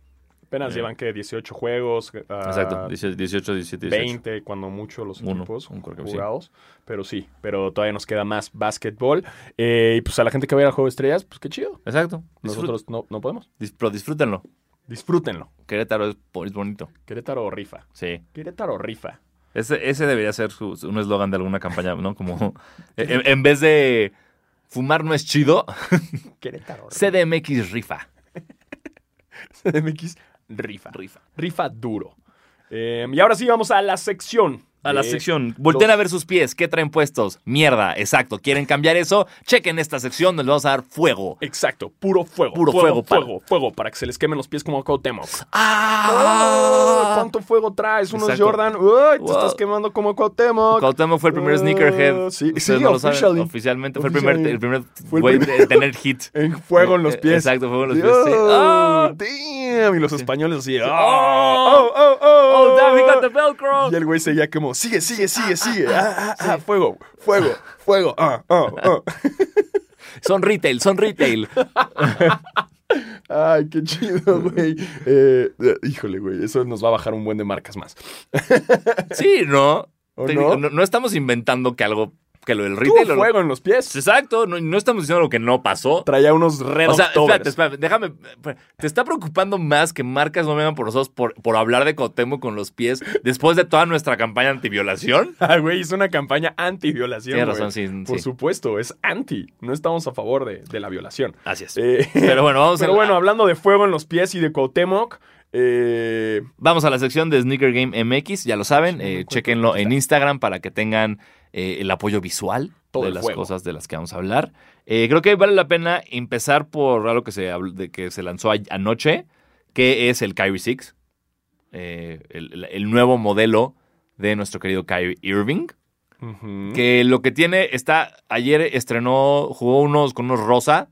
Speaker 2: apenas
Speaker 1: eh,
Speaker 2: llevan que 18 juegos, ah,
Speaker 1: Exacto, 18, 18, 17, 18.
Speaker 2: 20 cuando mucho los
Speaker 1: Uno,
Speaker 2: equipos
Speaker 1: un creo que sí.
Speaker 2: jugados. Pero sí, pero todavía nos queda más básquetbol. Eh, y pues a la gente que va a ir al Juego de Estrellas, pues qué chido.
Speaker 1: Exacto. Disfrut-
Speaker 2: Nosotros no, no podemos.
Speaker 1: dis- pero disfrútenlo.
Speaker 2: Disfrútenlo.
Speaker 1: Querétaro es, po- es bonito.
Speaker 2: Querétaro rifa.
Speaker 1: Sí.
Speaker 2: Querétaro rifa.
Speaker 1: Ese, ese debería ser su- su- un eslogan de alguna campaña, ¿no? Como e, en, en vez de fumar no es chido,
Speaker 2: Querétaro rifa.
Speaker 1: CDMX rifa.
Speaker 2: CDMX rifa.
Speaker 1: Rifa.
Speaker 2: Rifa duro. Eh, y ahora sí vamos a la sección
Speaker 1: a la
Speaker 2: Eh,
Speaker 1: sección. Volten a ver sus pies, ¿qué traen puestos? Mierda, exacto. ¿Quieren cambiar eso? Chequen esta sección, les vamos a dar fuego.
Speaker 2: Exacto, puro fuego.
Speaker 1: Puro fuego,
Speaker 2: fuego,
Speaker 1: pal.
Speaker 2: fuego, fuego, para que se les quemen los pies como a Cuauhtémoc.
Speaker 1: ¡Ah!
Speaker 2: ¿Cuánto fuego traes? Unos
Speaker 1: Exacto.
Speaker 2: Jordan. ¡Uy! Te
Speaker 1: Wow.
Speaker 2: estás quemando como a Cuauhtémoc.
Speaker 1: Cuauhtémoc fue el primer
Speaker 2: Ah,
Speaker 1: sneakerhead.
Speaker 2: sí,
Speaker 1: Ustedes
Speaker 2: sí,
Speaker 1: no lo saben.
Speaker 2: officially.
Speaker 1: Oficialmente fue el primer, el primer
Speaker 2: Fue el
Speaker 1: güey
Speaker 2: primer-
Speaker 1: de tener hit.
Speaker 2: En fuego en los
Speaker 1: Eh,
Speaker 2: pies.
Speaker 1: Exacto, fuego en los
Speaker 2: Sí.
Speaker 1: pies, sí.
Speaker 2: Oh,
Speaker 1: Ah.
Speaker 2: damn. Y los españoles así. Oh,
Speaker 1: Oh,
Speaker 2: oh, oh, oh.
Speaker 1: Oh, damn, we got the Velcro.
Speaker 2: Y el güey seguía como, sigue, sigue, sigue, sigue. Ah, ah, ah, fuego, fuego, fuego. Ah, ah, ah.
Speaker 1: Son retail, son retail.
Speaker 2: ah. Ay, qué chido, güey. Eh, eh, híjole, güey, eso nos va a bajar un buen de marcas más.
Speaker 1: Sí, ¿no?
Speaker 2: ¿O
Speaker 1: Te-
Speaker 2: no?
Speaker 1: no? no estamos inventando que algo, que lo del
Speaker 2: Tuvo
Speaker 1: retail. o lo-
Speaker 2: fuego en los pies.
Speaker 1: Exacto, no, no estamos diciendo lo que no pasó.
Speaker 2: Traía unos red
Speaker 1: O sea,
Speaker 2: Octobers.
Speaker 1: espérate, espérate, déjame. pues, ¿Te está preocupando más que marcas no vengan por nosotros por, por hablar de Cotemo con los pies después de toda nuestra campaña antiviolación?
Speaker 2: Ah, güey, es una campaña anti-violación.
Speaker 1: Tienes
Speaker 2: güey. Pues
Speaker 1: razón, sí,
Speaker 2: Por
Speaker 1: sí.
Speaker 2: supuesto, es anti. No estamos a favor de, de la violación.
Speaker 1: Así es.
Speaker 2: Eh,
Speaker 1: Pero bueno, vamos,
Speaker 2: pero
Speaker 1: a,
Speaker 2: bueno, hablando de fuego en los pies y de Cuauhtémoc, eh,
Speaker 1: vamos a la sección de Sneaker Game MX, ya lo saben. eh, chéquenlo en Instagram para que tengan eh, el apoyo visual
Speaker 2: Todo
Speaker 1: de
Speaker 2: el
Speaker 1: las
Speaker 2: juego.
Speaker 1: cosas de las que vamos a hablar. Eh, creo que vale la pena empezar por algo que se, habló- de que se lanzó a- anoche, que es el Kyrie 6, el, el nuevo modelo de nuestro querido Kyrie Irving.
Speaker 2: ujú.
Speaker 1: Que lo que tiene está. Ayer estrenó, jugó unos con unos rosa.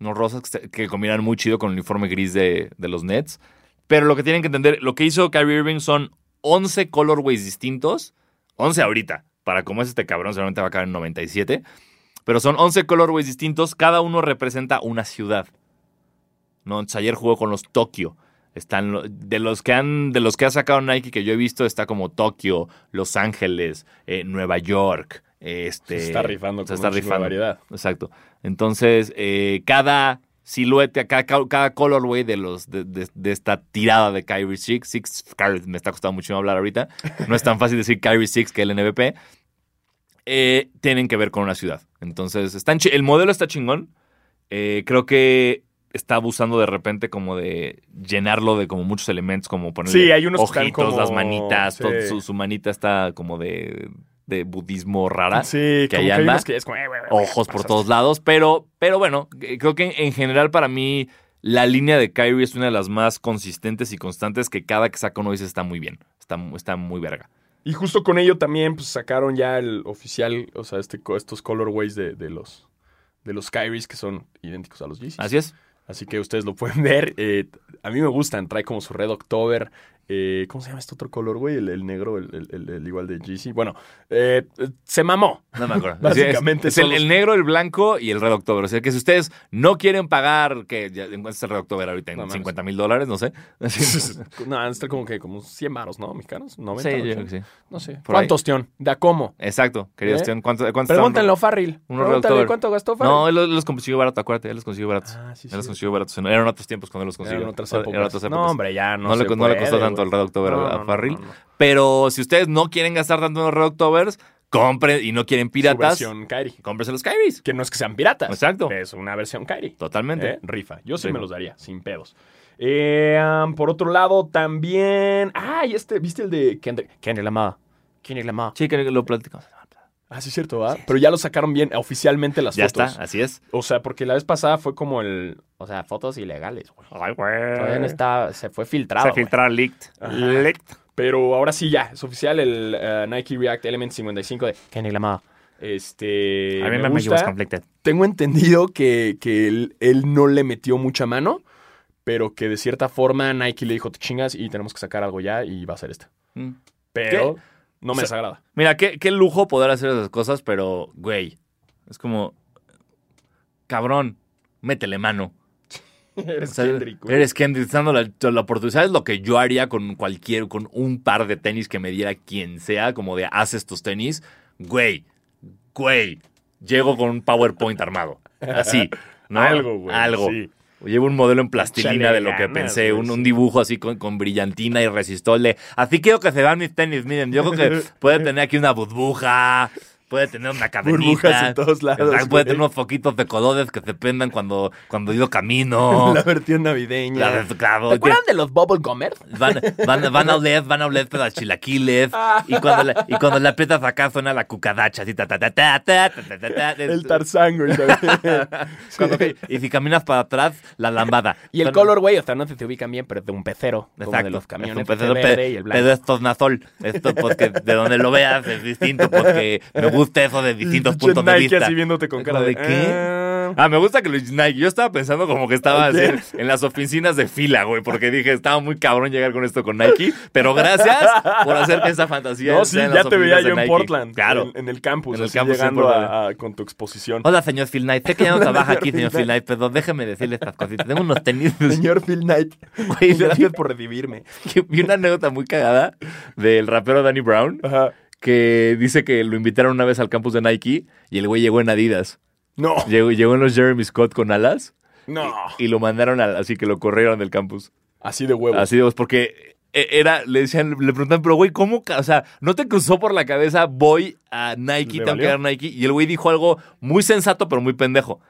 Speaker 1: Unos rosas que, se- que combinan muy chido con el uniforme gris de, de los Nets. Pero lo que tienen que entender, lo que hizo Kyrie Irving son 11 colorways distintos. 11 ahorita. Para como es este cabrón, seguramente va a acabar en 97. Pero son 11 colorways distintos. Cada uno representa una ciudad. ¿no? Entonces, ayer jugó con los Tokio. Están lo- de los que han de los que ha sacado Nike que yo he visto está como Tokio, Los Ángeles, eh, Nueva York, este
Speaker 2: Se está rifando
Speaker 1: se
Speaker 2: con
Speaker 1: está
Speaker 2: un chingo de
Speaker 1: rifando.
Speaker 2: variedad.
Speaker 1: Exacto. Entonces, eh, cada silueta, cada, ca- cada colorway de los de, de- de esta tirada de Kyrie Six, Six Kyrie, me está costando muchísimo hablar ahorita. No es tan fácil decir Kyrie Six que el NBP. eh, tienen que ver con una ciudad. Entonces, están chi- el modelo está chingón. Eh, creo que está abusando de repente como de llenarlo de como muchos elementos, como ponerle
Speaker 2: Sí, hay unos que
Speaker 1: ojitos,
Speaker 2: están como-
Speaker 1: las manitas,
Speaker 2: sí.
Speaker 1: todo- su, su manita está como de, de budismo rara
Speaker 2: Sí,
Speaker 1: que
Speaker 2: como
Speaker 1: ahí
Speaker 2: que hay
Speaker 1: anda.
Speaker 2: unos que es como, eh, güey, güey,
Speaker 1: ojos por
Speaker 2: pasaste.
Speaker 1: todos lados, pero, pero bueno, eh, creo que en, en general para mí la línea de Kyrie es una de las más consistentes y constantes que cada que saca uno dice está muy bien, está, mu- está muy verga.
Speaker 2: Y justo con ello también pues, sacaron ya el oficial, o sea, este, co- estos colorways de, de los de los Kyries que son idénticos a los Yeezys.
Speaker 1: Así es.
Speaker 2: Así que ustedes lo pueden ver. Eh, a mí me gustan. Trae como su Red October. eh, ¿Cómo se llama este otro color, güey? El, el negro, el, el- el- el igual de GC. Bueno, eh, eh, se mamó.
Speaker 1: No me acuerdo.
Speaker 2: Básicamente
Speaker 1: es, es el,
Speaker 2: somos-
Speaker 1: el negro, el blanco y el red october. O sea que si ustedes no quieren pagar, que ya encuentras el red october ahorita en
Speaker 2: No mames.
Speaker 1: 50 mil dólares, no sé. sí,
Speaker 2: No, han de estar como que como 100 varos, ¿no? Mexicanos, 90.
Speaker 1: yo
Speaker 2: 80.
Speaker 1: creo que sí.
Speaker 2: No sé.
Speaker 1: Por ahí.
Speaker 2: ¿Cuántos, Tion? ¿De a cómo?
Speaker 1: Exacto, querido
Speaker 2: ¿Eh?
Speaker 1: Esteban, ¿cuánto, cuánto estaban?
Speaker 2: Pregúntenlo, Farril.
Speaker 1: Uno Red
Speaker 2: Pregúntale
Speaker 1: October.
Speaker 2: cuánto gastó Farril.
Speaker 1: No, él los, los consiguió barato, acuérdate, él los consiguió baratos.
Speaker 2: Ah, sí,
Speaker 1: Él los
Speaker 2: sí.
Speaker 1: consiguió baratos. Eran otros tiempos cuando él los consiguió.
Speaker 2: Eran otras
Speaker 1: Eran
Speaker 2: épocas.
Speaker 1: otras épocas.
Speaker 2: No, hombre, ya no
Speaker 1: No, le,
Speaker 2: se
Speaker 1: no le
Speaker 2: puede,
Speaker 1: costó tanto
Speaker 2: güey.
Speaker 1: el Red October
Speaker 2: No,
Speaker 1: a- a,
Speaker 2: no, no,
Speaker 1: Farril.
Speaker 2: no, no.
Speaker 1: Pero si ustedes no quieren gastar tanto en los Red Octobers, compren y no quieren
Speaker 2: Su
Speaker 1: piratas,
Speaker 2: versión Kairi.
Speaker 1: cómprense los Kairis.
Speaker 2: Que no es que sean piratas.
Speaker 1: Exacto.
Speaker 2: Es una versión Kairi.
Speaker 1: Totalmente.
Speaker 2: Eh, Rifa. Yo sí
Speaker 1: Rifa.
Speaker 2: me los daría, sin pedos. Eh, um, por otro lado, también. ¡Ay! este, ¿viste el de Kendrick, Kendrick Lamar? Kendrick Lamar.
Speaker 1: Sí, que lo platicamos.
Speaker 2: Ah, sí, es cierto, ¿verdad? Pero ya lo sacaron bien oficialmente las
Speaker 1: Ya
Speaker 2: fotos.
Speaker 1: está, así es.
Speaker 2: O sea, porque la vez pasada fue como el. O sea, fotos ilegales, güey.
Speaker 1: Ay, güey.
Speaker 2: Todavía no está. Se fue filtrado. güey.
Speaker 1: leaked.
Speaker 2: Ajá.
Speaker 1: Leaked.
Speaker 2: Pero ahora sí ya, es oficial el eh, Nike React Element 55 de Kendrick Lamar. Este. me gusta.
Speaker 1: conflicted.
Speaker 2: Tengo entendido que, que él, él no le metió mucha mano, pero que de cierta forma Nike le dijo, te chingas y tenemos que sacar algo ya y va a ser este. Pero no me
Speaker 1: O sea,
Speaker 2: desagrada.
Speaker 1: Mm. Mira, qué, qué lujo poder hacer esas cosas, pero, güey, es como, cabrón, métele mano.
Speaker 2: Eres
Speaker 1: O sea,
Speaker 2: Kendrick, güey.
Speaker 1: Eres Kendrick, dando la, la oportunidad. ¿Sabes lo que yo haría con cualquier, con un par de tenis que me diera quien sea, como de haz estos tenis? Güey, güey, llego con un PowerPoint armado. Así. ¿no?
Speaker 2: Algo, güey.
Speaker 1: Algo.
Speaker 2: sí.
Speaker 1: Llevo un modelo en plastilina
Speaker 2: Échale
Speaker 1: de lo que
Speaker 2: ganas,
Speaker 1: pensé,
Speaker 2: güey,
Speaker 1: un,
Speaker 2: sí.
Speaker 1: un dibujo así con, con brillantina y resistol de, así quiero que se vean mis tenis, miren, yo creo que puede tener aquí una burbuja, puede tener una cadenita.
Speaker 2: Burbujas en todos lados,
Speaker 1: ¿verdad? Puede tener
Speaker 2: güey.
Speaker 1: unos foquitos de colores que se prendan cuando, cuando yo camino.
Speaker 2: La versión navideña.
Speaker 1: La vez- claro,
Speaker 2: ¿Te acuerdan de los Bubble Gomers?
Speaker 1: Van, van, van a oler, van a oler pero a chilaquiles. Y cuando, le, y cuando le aprietas acá suena la cucadacha. Así, ta, ta, ta, ta, ta, ta, ta, ta, ta.
Speaker 2: El Tarzán, güey. también.
Speaker 1: Cuando- Y si caminas para atrás, la lambada.
Speaker 2: Y el
Speaker 1: Son-
Speaker 2: color, güey, o sea, no sé si te ubican bien, pero es de un pecero. Exacto. Como
Speaker 1: Exacto.
Speaker 2: de los camiones.
Speaker 1: Es un
Speaker 2: ese
Speaker 1: pecero,
Speaker 2: verde
Speaker 1: pe-
Speaker 2: y el
Speaker 1: pero
Speaker 2: blanco.
Speaker 1: es tornasol. Esto porque de donde lo veas es distinto, porque me gusta eso de distintos
Speaker 2: pinche
Speaker 1: puntos de
Speaker 2: Nike
Speaker 1: vista.
Speaker 2: así viéndote con cara
Speaker 1: Como
Speaker 2: de,
Speaker 1: qué?
Speaker 2: "Ah".
Speaker 1: Ah, me gusta que lo Nike. Yo estaba pensando como que estaba así
Speaker 2: Ok.
Speaker 1: en las oficinas de fila, güey, porque dije, estaba muy cabrón llegar con esto con Nike, pero gracias por hacer que esa fantasía
Speaker 2: No, sí,
Speaker 1: sea en
Speaker 2: ya
Speaker 1: las
Speaker 2: te veía
Speaker 1: oficinas de
Speaker 2: yo en
Speaker 1: Nike.
Speaker 2: Portland.
Speaker 1: Claro.
Speaker 2: En, en el campus.
Speaker 1: En el
Speaker 2: así,
Speaker 1: campus en
Speaker 2: llegando
Speaker 1: Portland.
Speaker 2: a- a- con tu exposición.
Speaker 1: Hola, señor Phil Knight. Sé que ya no
Speaker 2: Hola,
Speaker 1: trabaja
Speaker 2: señor
Speaker 1: aquí, señor
Speaker 2: Phil
Speaker 1: Phil Knight, pero déjeme decirle estas cositas. Tengo unos tenis.
Speaker 2: Señor Phil Knight.
Speaker 1: Güey,
Speaker 2: Gracias por recibirme.
Speaker 1: que Vi una anécdota muy cagada del rapero Danny Brown.
Speaker 2: Ajá.
Speaker 1: que dice que lo invitaron una vez al campus de Nike y el güey llegó en Adidas.
Speaker 2: No.
Speaker 1: Llegó, llegó en los Jeremy Scott con alas
Speaker 2: No.
Speaker 1: y lo mandaron al, así que lo corrieron del campus.
Speaker 2: Así de huevos.
Speaker 1: Así de vos, porque e- era, le decían, le preguntan, pero güey, ¿cómo? ca- O sea, ¿no te cruzó por la cabeza voy a Nike,
Speaker 2: ¿Le
Speaker 1: tengo que
Speaker 2: valió?
Speaker 1: ir a Nike? Y el güey dijo algo muy sensato, pero muy pendejo.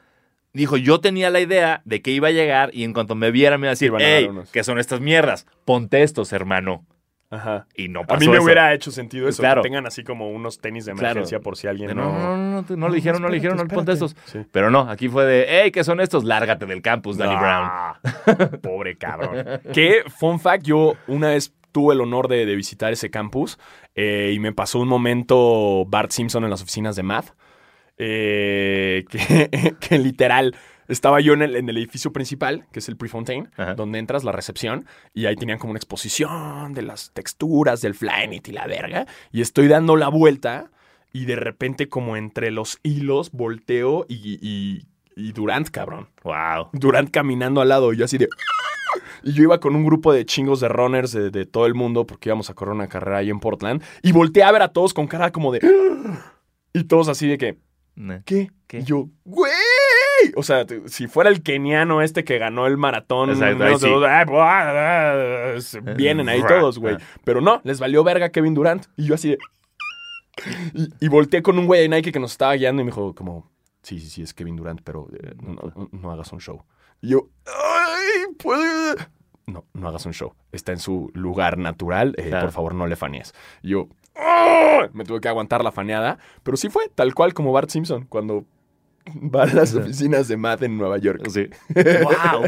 Speaker 1: Dijo, yo tenía la idea de que iba a llegar y en cuanto me viera me iba a decir,
Speaker 2: Iban a dar
Speaker 1: hey,
Speaker 2: unos".
Speaker 1: ¿qué son estas mierdas? Ponte estos, hermano.
Speaker 2: Ajá.
Speaker 1: Y no pasó
Speaker 2: A mí
Speaker 1: eso.
Speaker 2: me
Speaker 1: Pues
Speaker 2: hubiera hecho sentido eso.
Speaker 1: Claro.
Speaker 2: Que tengan así como unos tenis de
Speaker 1: Claro.
Speaker 2: emergencia por si alguien
Speaker 1: De,
Speaker 2: no...
Speaker 1: No, no, no, no, no, no le dijeron, no le dijeron, no le ponte estos.
Speaker 2: Sí.
Speaker 1: Pero no, aquí fue de, hey, ¿qué son estos? Lárgate del campus, pues, Danny Brown.
Speaker 2: Ah, Pobre cabrón. que, fun fact, yo una vez tuve el honor de, de visitar ese campus eh, y me pasó un momento Bart Simpson en las oficinas de Math. eh, que, que literal estaba yo en el, en el edificio principal, que es el Prefontaine,
Speaker 1: Ajá.
Speaker 2: donde entras la recepción y ahí tenían como una exposición de las texturas del Flyknit y la verga. Y estoy dando la vuelta y de repente, como entre los hilos, volteo y- y- y Durant, cabrón.
Speaker 1: Wow.
Speaker 2: Durant caminando al lado y yo así de... Y yo iba con un grupo de chingos de runners de, de todo el mundo porque íbamos a correr una carrera ahí en Portland. Y volteé a ver a todos con cara como de... Y todos así de que... ¿Qué?
Speaker 1: ¿Qué?
Speaker 2: Y yo... ¡Güey! O sea, te- si fuera el keniano este que ganó el maratón... ah,
Speaker 1: Exacto,
Speaker 2: en menos
Speaker 1: ahí
Speaker 2: de
Speaker 1: sí.
Speaker 2: dos- ¡Ay, buah! Se ah, Vienen ahí
Speaker 1: Ra,
Speaker 2: todos, güey.
Speaker 1: ah.
Speaker 2: Pero no, les valió verga Kevin Durant. Y yo así de... Y, y volteé con un güey de Nike que nos estaba guiando y me dijo como... Sí, sí, sí, es Kevin Durant, pero eh, no- no- no hagas un show. Y yo, ¡ay! puede-". No, no hagas un show. Está en su lugar natural. eh,
Speaker 1: Claro.
Speaker 2: Por favor, no le fanees. Y yo, "Ah", me tuve que aguantar la faneada. Pero sí fue tal cual como Bart Simpson cuando va a las oficinas de Matt en Nueva York.
Speaker 1: Sí. wow.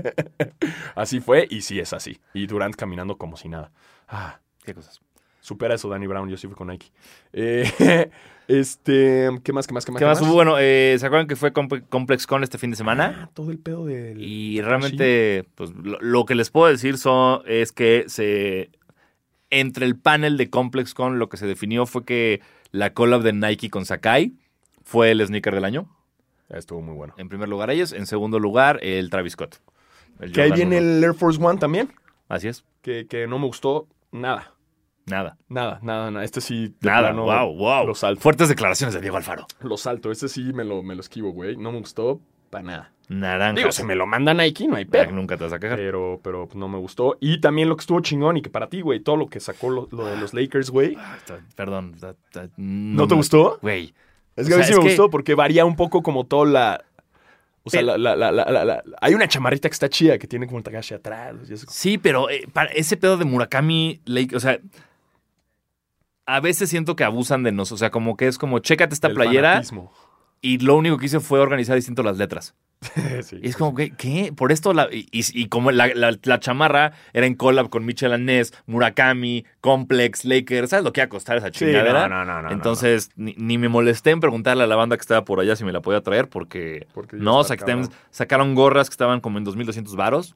Speaker 2: Así fue y sí es así. Y Durant caminando como si nada. Ah,
Speaker 1: ¿Qué cosas?
Speaker 2: supera eso, Danny Brown. Yo sí fui con Nike. Eh, este, ¿qué más, qué más, qué más?
Speaker 1: ¿Qué más hubo? Bueno, eh, ¿se acuerdan que fue Comp- Complex Con este fin de semana?
Speaker 2: Ah, todo el pedo del...
Speaker 1: Y realmente, pues lo, lo que les puedo decir son, es que se entre el panel de Complex Con lo que se definió fue que la collab de Nike con Sakai fue el sneaker del año.
Speaker 2: Ah, Estuvo muy bueno.
Speaker 1: En primer lugar ellos, en segundo lugar el Travis Scott. El
Speaker 2: Que ahí
Speaker 1: Jordan
Speaker 2: viene
Speaker 1: uno.
Speaker 2: el Air Force One también.
Speaker 1: Así es.
Speaker 2: que, que no me gustó nada.
Speaker 1: Nada.
Speaker 2: Nada, nada, nada. Este sí. de
Speaker 1: Nada.
Speaker 2: plano,
Speaker 1: wow, wow.
Speaker 2: Lo salto.
Speaker 1: Fuertes declaraciones de Diego Alfaro.
Speaker 2: Lo salto. Este sí me lo, me lo esquivo, güey. No me gustó para nada.
Speaker 1: Naranja.
Speaker 2: Digo, se me lo manda Nike, no hay
Speaker 1: Pero
Speaker 2: pedo.
Speaker 1: nunca te vas a quejar.
Speaker 2: Pero, pero pues, no me gustó. Y también lo que estuvo chingón y que para ti, güey, todo lo que sacó lo, lo de los Lakers, güey.
Speaker 1: Ah, está- Perdón. está- está-
Speaker 2: ¿No, te
Speaker 1: me-
Speaker 2: gustó?
Speaker 1: Güey.
Speaker 2: Es que
Speaker 1: O
Speaker 2: a mí
Speaker 1: sea,
Speaker 2: sí
Speaker 1: es
Speaker 2: me
Speaker 1: que-
Speaker 2: gustó porque varía un poco como todo la. O sea,
Speaker 1: Pero-
Speaker 2: la, la- la- la- la- la- hay una chamarrita que está chida que tiene como el Takashi atrás. y eso.
Speaker 1: Sí, pero eh, para ese pedo de Murakami, Lake, o sea, a veces siento que abusan de nos. O sea, como que es como, chécate esta
Speaker 2: Del
Speaker 1: playera
Speaker 2: fanatismo.
Speaker 1: y lo único que hice fue organizar distinto las letras.
Speaker 2: Sí.
Speaker 1: Y es como que, ¿qué? Por esto, la, y, y- y como la, la- la chamarra era en collab con Michel Anés, Murakami, Complex, Lakers, ¿sabes lo que iba a costar esa
Speaker 2: Sí,
Speaker 1: chingadera?
Speaker 2: no, no, no, no, no.
Speaker 1: Entonces, ni, ni me molesté en preguntarle a la banda que estaba por allá si me la podía traer, porque,
Speaker 2: Porque ya
Speaker 1: no,
Speaker 2: está
Speaker 1: sac- también
Speaker 2: cabrón.
Speaker 1: sacaron gorras que estaban como en 2.200 varos,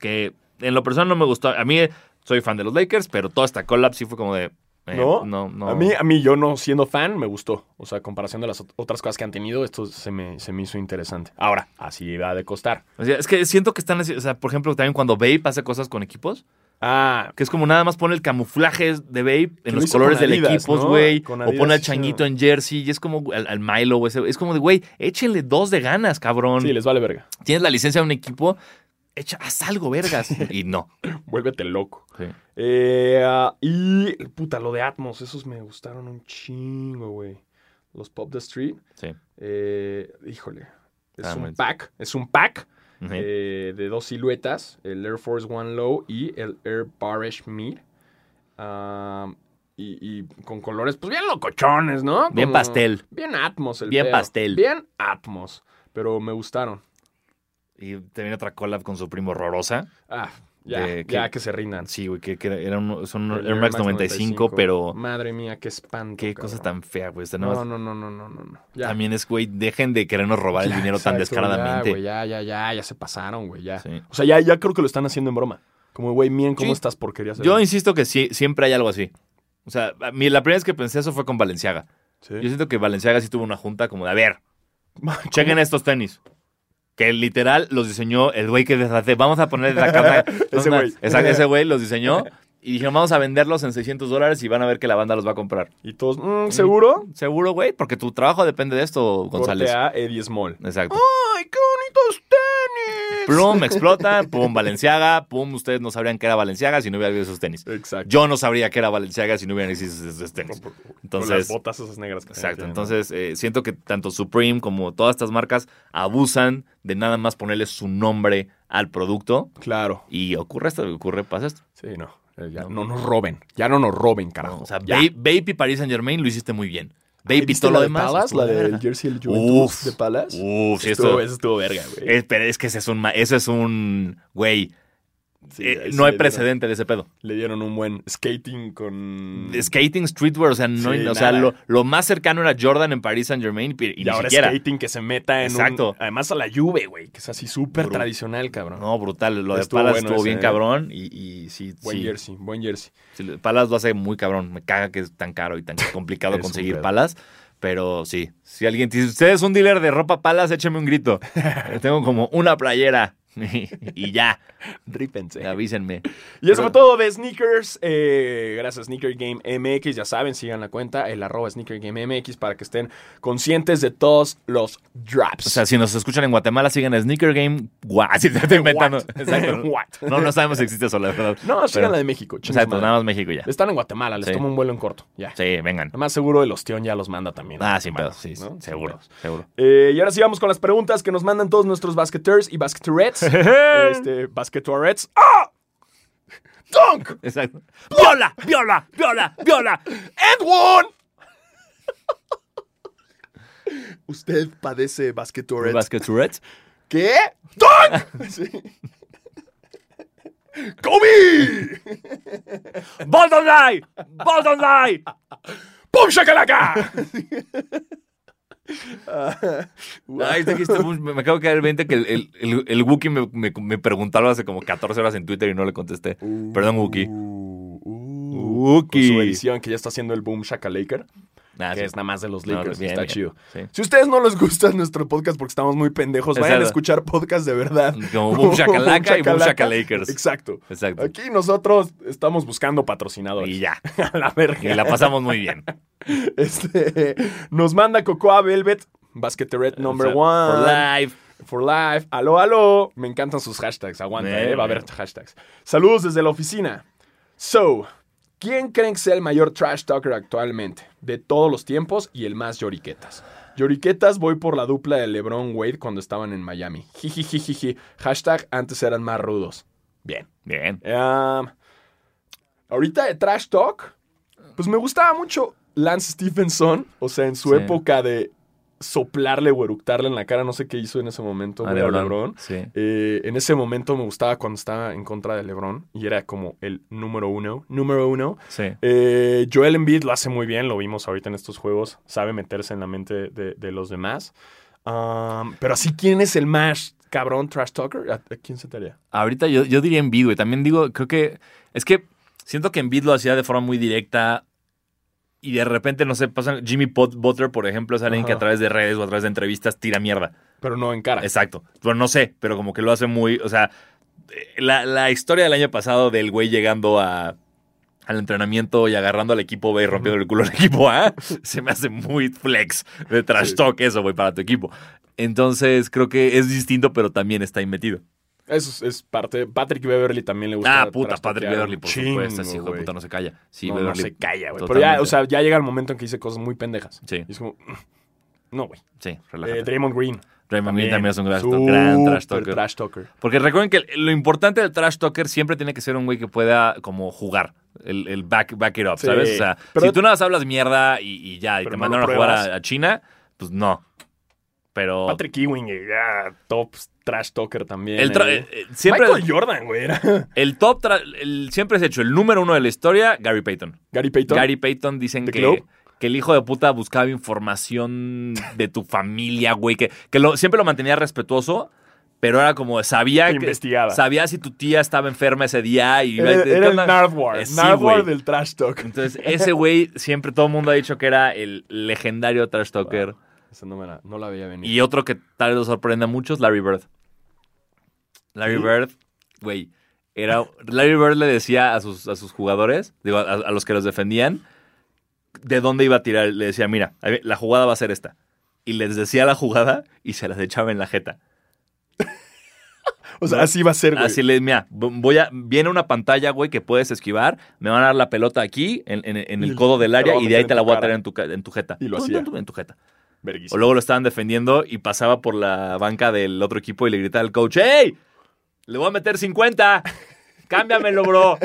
Speaker 1: que en lo personal no me gustó. A mí, eh, soy fan de los Lakers, pero toda esta collab sí fue como de... eh,
Speaker 2: ¿No?
Speaker 1: no, no.
Speaker 2: A mí, a mí, yo no siendo fan, me gustó. O sea, a comparación de las ot- otras cosas que han tenido, esto se me, se me hizo interesante. Ahora, así va de costar.
Speaker 1: O sea, es que siento que están... así- O sea, por ejemplo, también cuando Babe hace cosas con equipos,
Speaker 2: Ah,
Speaker 1: Que es como nada más pone el camuflaje de Babe
Speaker 2: Que
Speaker 1: en
Speaker 2: lo
Speaker 1: los
Speaker 2: hizo
Speaker 1: colores
Speaker 2: con
Speaker 1: del
Speaker 2: Adidas,
Speaker 1: equipo,
Speaker 2: ¿no?
Speaker 1: güey.
Speaker 2: Con
Speaker 1: O
Speaker 2: Adidas
Speaker 1: pone al
Speaker 2: hizo-
Speaker 1: changuito en jersey y es como al, al Milo, güey. Es como de, güey, échenle dos de ganas, cabrón.
Speaker 2: sí, les vale verga.
Speaker 1: Tienes la licencia de un equipo, echa, haz algo, vergas. y no.
Speaker 2: Vuélvete loco.
Speaker 1: Sí.
Speaker 2: Eh, ah, y, puta, lo de Atmos, esos me gustaron un chingo, güey. los Pop the Street.
Speaker 1: Sí.
Speaker 2: Eh, híjole. Es
Speaker 1: Ah,
Speaker 2: un
Speaker 1: bueno.
Speaker 2: pack. Es un pack
Speaker 1: Ujú.
Speaker 2: eh, de dos siluetas. El Air Force One Low y el Air Parish Mid. Ah, y, y con colores, pues bien locochones, ¿no?
Speaker 1: Bien
Speaker 2: Como-
Speaker 1: pastel.
Speaker 2: Bien Atmos el
Speaker 1: Bien
Speaker 2: pedo.
Speaker 1: pastel.
Speaker 2: Bien Atmos. Pero me gustaron.
Speaker 1: Y también otra collab con su primo horrorosa.
Speaker 2: Ah, ya,
Speaker 1: De que-
Speaker 2: ya que se rindan.
Speaker 1: Sí, güey, que, que era- era un- son
Speaker 2: El
Speaker 1: Air Max 95, pero
Speaker 2: Madre mía, qué espanto.
Speaker 1: qué
Speaker 2: cabrón.
Speaker 1: cosa tan fea, güey. Está nada
Speaker 2: No,
Speaker 1: más-
Speaker 2: no, no, no, no, no. no. Ya.
Speaker 1: También es, güey, dejen de querernos robar el
Speaker 2: Ya,
Speaker 1: dinero tan
Speaker 2: exacto,
Speaker 1: descaradamente.
Speaker 2: Ya, güey, ya, ya, ya, ya se pasaron, güey, ya.
Speaker 1: Sí.
Speaker 2: O sea, ya, ya creo que lo están haciendo en broma. Como, güey, miren cómo
Speaker 1: Sí.
Speaker 2: estas porquerías. se
Speaker 1: Yo
Speaker 2: ven.
Speaker 1: insisto que sí, siempre hay algo así. O sea, a mí la primera vez que pensé eso fue con Valenciaga. Yo
Speaker 2: Sí.
Speaker 1: siento que Valenciaga sí tuvo una junta como de, a ver,
Speaker 2: Ma-
Speaker 1: chequen estos tenis. Que literal los diseñó el güey que deshace. Vamos a poner la cámara.
Speaker 2: Ese güey.
Speaker 1: Exacto, ese güey los diseñó. Y dijeron, vamos a venderlos en 600 dólares y van a ver que la banda los va a comprar.
Speaker 2: Y todos, mm, ¿seguro?
Speaker 1: Seguro, güey, porque tu trabajo depende de esto, González.
Speaker 2: Corte a Eddie Small.
Speaker 1: Exacto.
Speaker 2: ¡Ay, qué bonitos tenis!
Speaker 1: Plum, explota, pum, Valenciaga, pum, ustedes no sabrían que era Valenciaga si no hubiera habido esos tenis.
Speaker 2: Exacto.
Speaker 1: Yo no sabría que era Valenciaga si no hubieran existido esos tenis.
Speaker 2: Con las
Speaker 1: Entonces,
Speaker 2: botas esas negras. que
Speaker 1: exacto.
Speaker 2: tienen, ¿no?
Speaker 1: Entonces, eh, siento que tanto Supreme como todas estas marcas abusan de nada más ponerle su nombre al producto
Speaker 2: Claro.
Speaker 1: y ocurre esto, ocurre, pasa esto.
Speaker 2: Sí, no. Eh, ya no nos roben. Ya no nos roben, carajo.
Speaker 1: O sea,
Speaker 2: Ya.
Speaker 1: Ba- Bape y Paris Saint Germain lo hiciste muy bien. Bape y
Speaker 2: ¿Viste
Speaker 1: todo lo
Speaker 2: la de
Speaker 1: demás.
Speaker 2: Palace,
Speaker 1: estuvo
Speaker 2: la
Speaker 1: de
Speaker 2: del
Speaker 1: verga.
Speaker 2: jersey el Juventus
Speaker 1: Uf.
Speaker 2: de Palas.
Speaker 1: Uf, sí,
Speaker 2: estuvo,
Speaker 1: esto.
Speaker 2: eso estuvo verga, güey.
Speaker 1: Es, pero es que ese es un. ma- Ese es un. Güey.
Speaker 2: Sí,
Speaker 1: eh,
Speaker 2: ahí sí
Speaker 1: no hay
Speaker 2: le dieron-
Speaker 1: precedente de ese pedo.
Speaker 2: Le dieron un buen skating con.
Speaker 1: Mm. Skating, streetwear, o sea, no,
Speaker 2: Sí,
Speaker 1: o sea
Speaker 2: nada.
Speaker 1: lo, lo más cercano era Jordan en Paris Saint Germain y, y
Speaker 2: Y
Speaker 1: ni
Speaker 2: ahora
Speaker 1: siquiera.
Speaker 2: skating que se meta en
Speaker 1: Exacto.
Speaker 2: un... Además a la Juve, güey, que es así súper
Speaker 1: Bru-
Speaker 2: tradicional, cabrón.
Speaker 1: No, brutal. Lo de
Speaker 2: Estuvo
Speaker 1: Palas
Speaker 2: bueno
Speaker 1: estuvo
Speaker 2: ese,
Speaker 1: bien
Speaker 2: ¿eh?
Speaker 1: cabrón y, y sí,
Speaker 2: Buen
Speaker 1: sí.
Speaker 2: jersey, buen jersey.
Speaker 1: Sí, Palas lo hace muy cabrón. Me caga que es tan caro y tan complicado
Speaker 2: Es un
Speaker 1: conseguir
Speaker 2: pedo.
Speaker 1: Palas. Pero sí, si alguien, si usted es un dealer de ropa Palas, écheme un grito. Tengo como una playera y ya,
Speaker 2: Rípense.
Speaker 1: avísenme.
Speaker 2: Y eso fue todo de Sneakers. Eh, gracias, Sneaker Game MX. Ya saben, sigan la cuenta, el arroba Sneaker Game MX, para que estén conscientes de todos los drops.
Speaker 1: O sea, si nos escuchan en Guatemala, sigan a Sneaker Game. Guau, así te estoy inventando.
Speaker 2: What?
Speaker 1: Exacto.
Speaker 2: What?
Speaker 1: No, no sabemos si existe eso, la verdad.
Speaker 2: No, sigan
Speaker 1: Pero-
Speaker 2: la de México. chingue su
Speaker 1: Exacto,
Speaker 2: madre.
Speaker 1: nada más México ya.
Speaker 2: Están en Guatemala, les
Speaker 1: Sí.
Speaker 2: tomo un vuelo en corto. Ya.
Speaker 1: Sí, vengan.
Speaker 2: Además, seguro el ostión ya los manda también.
Speaker 1: Ah, sin
Speaker 2: Guatemala,
Speaker 1: pedos, sí,
Speaker 2: ¿no?
Speaker 1: seguro,
Speaker 2: Sin pedos.
Speaker 1: seguro.
Speaker 2: Eh, y ahora sí vamos con las preguntas que nos mandan todos nuestros basqueters y basqueterets. este, basquetuarets. ¡Ah! ¡Dunk!
Speaker 1: Exacto. ¡Viola! ¡Viola! ¡Viola! ¡Viola!
Speaker 2: ¡And one! ¿Usted padece basquetuarets?
Speaker 1: Basket Tourette.
Speaker 2: ¿Qué? ¡Dunk! Sí. ¡Kobe!
Speaker 1: ¡Ball don't lie! ¡Ball don't lie!
Speaker 2: ¡Pum, shakalaka!
Speaker 1: Ay, te dijiste, Bush, me me acabo de caer el 20 que el, el, el- el Wookiee me, me, me preguntaba hace como 14 horas en Twitter y no le contesté. Perdón, Wookiee.
Speaker 2: Uh, uh, Con
Speaker 1: Wookiee.
Speaker 2: su edición que ya está haciendo el boom shakalaker.
Speaker 1: Ah,
Speaker 2: que
Speaker 1: sí.
Speaker 2: es nada más de los
Speaker 1: No,
Speaker 2: Lakers.
Speaker 1: bien,
Speaker 2: está
Speaker 1: bien.
Speaker 2: chido.
Speaker 1: Sí.
Speaker 2: Si ustedes no les gusta nuestro podcast porque estamos muy pendejos, vayan a
Speaker 1: Exacto.
Speaker 2: escuchar podcast de verdad.
Speaker 1: Como Boom Shakalaka y Boom
Speaker 2: Shakalaka.
Speaker 1: Shakalakers.
Speaker 2: Exacto.
Speaker 1: Exacto.
Speaker 2: Aquí nosotros estamos buscando patrocinadores.
Speaker 1: Y ya.
Speaker 2: a la verga.
Speaker 1: Y la pasamos muy bien.
Speaker 2: Este, nos manda Cocoa Velvet, Basqueteret number
Speaker 1: O sea,
Speaker 2: one.
Speaker 1: For life.
Speaker 2: For life. Aló, aló. Me encantan sus hashtags. Aguanta,
Speaker 1: Bien,
Speaker 2: eh, va a haber
Speaker 1: bien.
Speaker 2: hashtags. Saludos desde la oficina. So, ¿quién creen que sea el mayor trash talker actualmente? De todos los tiempos y el más lloriquetas. Lloriquetas voy por la dupla de LeBron Wade cuando estaban en Miami. Jijijijiji. Hashtag antes eran más rudos. Bien.
Speaker 1: Bien.
Speaker 2: Um, ahorita de Trash Talk, pues me gustaba mucho Lance Stephenson, o sea, en su
Speaker 1: Sí.
Speaker 2: época de soplarle o eructarle en la cara, no sé qué hizo en ese momento,
Speaker 1: Ah,
Speaker 2: güey, a
Speaker 1: LeBron.
Speaker 2: LeBron.
Speaker 1: Sí.
Speaker 2: Eh, en ese momento me gustaba cuando estaba en contra de LeBron y era como el número uno, número uno.
Speaker 1: Sí.
Speaker 2: Eh, Joel Embiid lo hace muy bien, lo vimos ahorita en estos juegos, sabe meterse en la mente de, de los demás. Um, pero así, ¿quién es el más cabrón trash talker? ¿A, a quién se te haría?
Speaker 1: Ahorita yo, yo diría Envid, güey. También digo, creo que. Es que siento que Envid lo hacía de forma muy directa. Y de repente, no sé, pasan. Jimmy Pot- Butler, por ejemplo, es alguien que a
Speaker 2: Ajá.
Speaker 1: través de redes o a través de entrevistas tira mierda.
Speaker 2: Pero no en cara.
Speaker 1: Exacto. Bueno, no sé, pero como que lo hace muy. O sea, eh, la, la historia del año pasado del güey llegando a. Al entrenamiento y agarrando al equipo B y rompiendo el culo al equipo A, se me hace muy flex de trash
Speaker 2: Sí.
Speaker 1: talk eso, güey, para tu equipo. Entonces creo que es distinto, pero también está ahí metido.
Speaker 2: Eso es, es parte. Patrick Beverly también le gusta.
Speaker 1: Ah, puta, Patrick
Speaker 2: trastoquear
Speaker 1: Beverly,
Speaker 2: un
Speaker 1: por
Speaker 2: chingo,
Speaker 1: supuesto. Ese hijo de
Speaker 2: güey.
Speaker 1: puta no se calla. Sí,
Speaker 2: no, no
Speaker 1: Beverly.
Speaker 2: se calla, güey. Pero ya, o sea, ya llega el momento en que dice cosas muy pendejas.
Speaker 1: Sí.
Speaker 2: Y es como, no, güey.
Speaker 1: Sí, relájate.
Speaker 2: Eh, Draymond Green.
Speaker 1: Draymond Green también es un gran, gran trash
Speaker 2: Súper
Speaker 1: talker.
Speaker 2: trash talker.
Speaker 1: Porque recuerden que lo importante del trash talker siempre tiene que ser un güey que pueda como jugar. El, el back, back it up,
Speaker 2: Sí.
Speaker 1: ¿sabes? O sea,
Speaker 2: Pero-
Speaker 1: si tú nada más hablas mierda y, y ya, y
Speaker 2: Pero
Speaker 1: te
Speaker 2: no
Speaker 1: mandaron
Speaker 2: lo
Speaker 1: a jugar
Speaker 2: pruebas.
Speaker 1: a, a China, pues no. Pero.
Speaker 2: Patrick Ewing, eh, ya, top trash talker también.
Speaker 1: el tra-
Speaker 2: eh.
Speaker 1: eh, eh, siempre,
Speaker 2: Michael Jordan, güey. era.
Speaker 1: el top, tra- el, siempre es hecho el número uno de la historia, Gary Payton.
Speaker 2: Gary Payton.
Speaker 1: Gary Payton dicen
Speaker 2: ¿The
Speaker 1: que,
Speaker 2: Globe?
Speaker 1: que el hijo de puta buscaba información de tu familia, güey. Que, que lo, siempre lo mantenía respetuoso, pero era como, sabía
Speaker 2: Te
Speaker 1: que.
Speaker 2: investigaba.
Speaker 1: Sabía si tu tía estaba enferma ese día y.
Speaker 2: Era,
Speaker 1: ¿qué
Speaker 2: Eh, era el
Speaker 1: onda?
Speaker 2: Nardwar.
Speaker 1: Eh, sí,
Speaker 2: Nardwar
Speaker 1: güey.
Speaker 2: del trash talk.
Speaker 1: Entonces, ese güey siempre todo el mundo ha dicho que era el legendario trash talker.
Speaker 2: Esa no, me la, no la veía venir.
Speaker 1: Y otro que tal vez lo sorprenda a muchos, Larry Bird. Larry Bird, güey, era. Larry Bird le decía a sus, a sus jugadores, digo, a, a los que los defendían, de dónde iba a tirar. Le decía, mira, a ver, la jugada va a ser esta. Y les decía la jugada y se las echaba en la jeta.
Speaker 2: o sea, así va a ser, güey.
Speaker 1: Así le mira, voy a, viene una pantalla, güey, que puedes esquivar. Me van a dar la pelota aquí, en, en- en
Speaker 2: Y
Speaker 1: el codo del
Speaker 2: te la
Speaker 1: área,
Speaker 2: voy a
Speaker 1: y de ahí
Speaker 2: meter
Speaker 1: te
Speaker 2: en
Speaker 1: la
Speaker 2: tu
Speaker 1: voy a
Speaker 2: cara.
Speaker 1: traer en tu, ca- en tu jeta.
Speaker 2: Y lo
Speaker 1: Tum,
Speaker 2: hacía.
Speaker 1: tum, tum, En tu jeta. O
Speaker 2: Verguísima.
Speaker 1: luego lo estaban defendiendo y pasaba por la banca del otro equipo y le gritaba al coach, ¡Ey! Le voy a meter 50. Cámbiamelo, bro.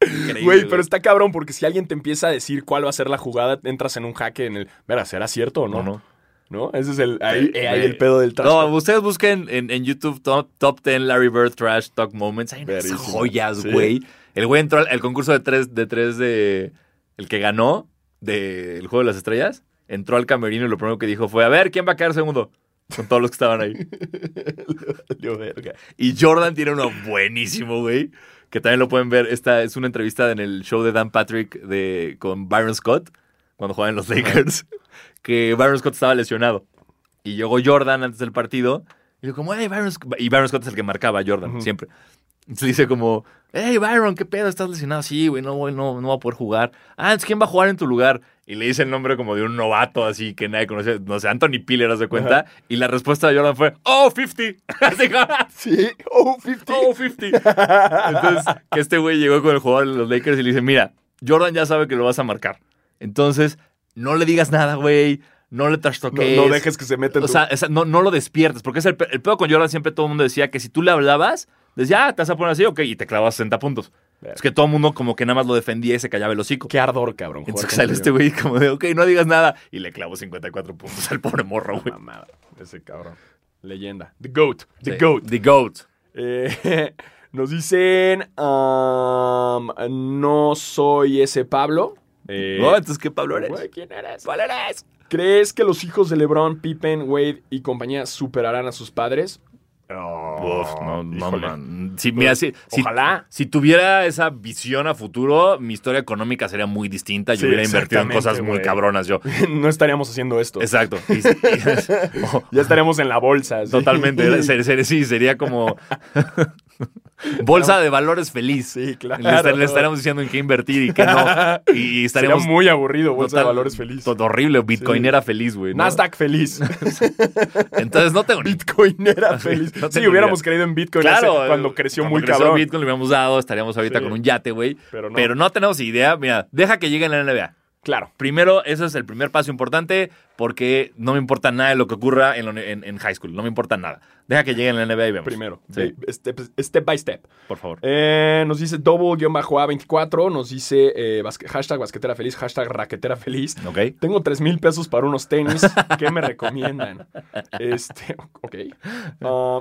Speaker 1: Increíble,
Speaker 2: Güey, pero está cabrón porque si alguien te empieza a decir cuál va a ser la jugada, entras en un jaque en el. Verá, ¿será cierto o no?
Speaker 1: No, no.
Speaker 2: ¿No? Ese es el. Ahí,
Speaker 1: Eh,
Speaker 2: ahí
Speaker 1: güey.
Speaker 2: el pedo del trash
Speaker 1: No,
Speaker 2: talk.
Speaker 1: ustedes busquen en, en YouTube top, top 10 Larry Bird Trash Talk Moments. Hay unas
Speaker 2: Verísimo.
Speaker 1: joyas,
Speaker 2: Sí.
Speaker 1: güey. El güey entró al al concurso de tres, de tres de. El que ganó del Juego de las Estrellas. Entró al camerino y lo primero que dijo fue: A ver, ¿quién va a quedar segundo? Con todos los que estaban ahí.
Speaker 2: Valió verga.
Speaker 1: Y Jordan tiene uno buenísimo, güey. Que también lo pueden ver. Esta es una entrevista en el show de Dan Patrick de, con Byron Scott, cuando jugaban los Lakers. Que Byron Scott estaba lesionado. Y llegó Jordan antes del partido. Y dijo como, hey, Byron Sc-" Y Byron Scott es el que marcaba a Jordan,
Speaker 2: Ujú.
Speaker 1: siempre. Entonces le dice como, hey, Byron, ¿qué pedo? ¿Estás lesionado? Sí, güey, no, voy- no, no voy a poder jugar. Ah, entonces, ¿quién va a jugar en tu lugar? Y le dice el nombre como de un novato así que nadie conoce. No sé, Anthony Piller, haz de cuenta. Y la respuesta de Jordan fue, oh, 50. Así como,
Speaker 2: Sí, oh, 50.
Speaker 1: Oh, 50. Entonces, que este güey llegó con el jugador de los Lakers y le dice, mira, Jordan ya sabe que lo vas a marcar. Entonces, no le digas nada, güey. No le trash
Speaker 2: no,
Speaker 1: toques.
Speaker 2: no dejes que se meta en
Speaker 1: O
Speaker 2: tu-
Speaker 1: sea, esa- no, no lo despiertes. Porque es el, pe- el pedo con Jordan siempre todo el mundo decía que si tú le hablabas, decía, ah, te vas a poner así, ok, y te clavas 60 puntos.
Speaker 2: Verga.
Speaker 1: Es que todo el mundo como que nada más lo defendía y se callaba el hocico.
Speaker 2: Qué ardor, cabrón. jugar
Speaker 1: Entonces
Speaker 2: con
Speaker 1: sale
Speaker 2: Jordan.
Speaker 1: este güey como de, ok, no digas nada. Y le clavó 54 puntos al pobre morro, güey.
Speaker 2: Mamada, ese cabrón. Leyenda. The GOAT. The
Speaker 1: Sí.
Speaker 2: GOAT.
Speaker 1: The GOAT.
Speaker 2: Eh, nos dicen. um, no soy ese Pablo. Eh,
Speaker 1: No, entonces, ¿qué Pablo eres?
Speaker 2: güey, ¿Quién eres?
Speaker 1: ¿Cuál eres?
Speaker 2: ¿Crees que los hijos de LeBron, Pippen, Wade y compañía superarán a sus padres?
Speaker 1: Uf, no, no,
Speaker 2: Oh, híjole. Pues,
Speaker 1: man. Si, mira, si, si-
Speaker 2: Ojalá.
Speaker 1: si tuviera esa visión a futuro, mi historia económica sería muy distinta. Yo
Speaker 2: Sí,
Speaker 1: hubiera invertido en cosas
Speaker 2: exactamente,
Speaker 1: muy
Speaker 2: güey.
Speaker 1: cabronas yo.
Speaker 2: no estaríamos haciendo esto.
Speaker 1: Exacto. Y- y- oh,
Speaker 2: Ya estaríamos en la bolsa. ¿sí?
Speaker 1: totalmente. Ser- ser- sí, sería como bolsa de valores feliz.
Speaker 2: Sí, claro.
Speaker 1: Le, estar- le estaríamos diciendo en qué invertir y qué no. Y,
Speaker 2: Sería
Speaker 1: estaríamos...
Speaker 2: muy aburrido, bolsa
Speaker 1: total-
Speaker 2: de valores feliz.
Speaker 1: todo horrible, bitcoinera feliz, güey. ¿no?
Speaker 2: Nasdaq feliz.
Speaker 1: Entonces no tengo ni
Speaker 2: Bitcoinera
Speaker 1: Sí,
Speaker 2: feliz.
Speaker 1: no
Speaker 2: sí,
Speaker 1: tengo
Speaker 2: hubiéramos
Speaker 1: idea.
Speaker 2: creído en Bitcoin hace- cuando creció muy cabrón.
Speaker 1: Bitcoin le hubiéramos dado, estaríamos ahorita
Speaker 2: Sí.
Speaker 1: con un yate, güey.
Speaker 2: Pero
Speaker 1: Pero
Speaker 2: no.
Speaker 1: no. tenemos idea. Mira, deja que llegue la NBA.
Speaker 2: Claro.
Speaker 1: Primero, eso es el primer paso importante porque no me importa nada de lo que ocurra en, la uni- en- en high school. No me importa nada. Deja que llegue la NBA y vemos.
Speaker 2: Primero.
Speaker 1: Sí,
Speaker 2: Ve- Step, step by step.
Speaker 1: por favor.
Speaker 2: Eh, nos dice double-a24. Nos dice eh, basque- hashtag basquetera feliz, hashtag raquetera feliz.
Speaker 1: ¿Ok?
Speaker 2: Tengo 3 mil pesos para unos tenis. ¿Qué me recomiendan? Este, ok. Ah,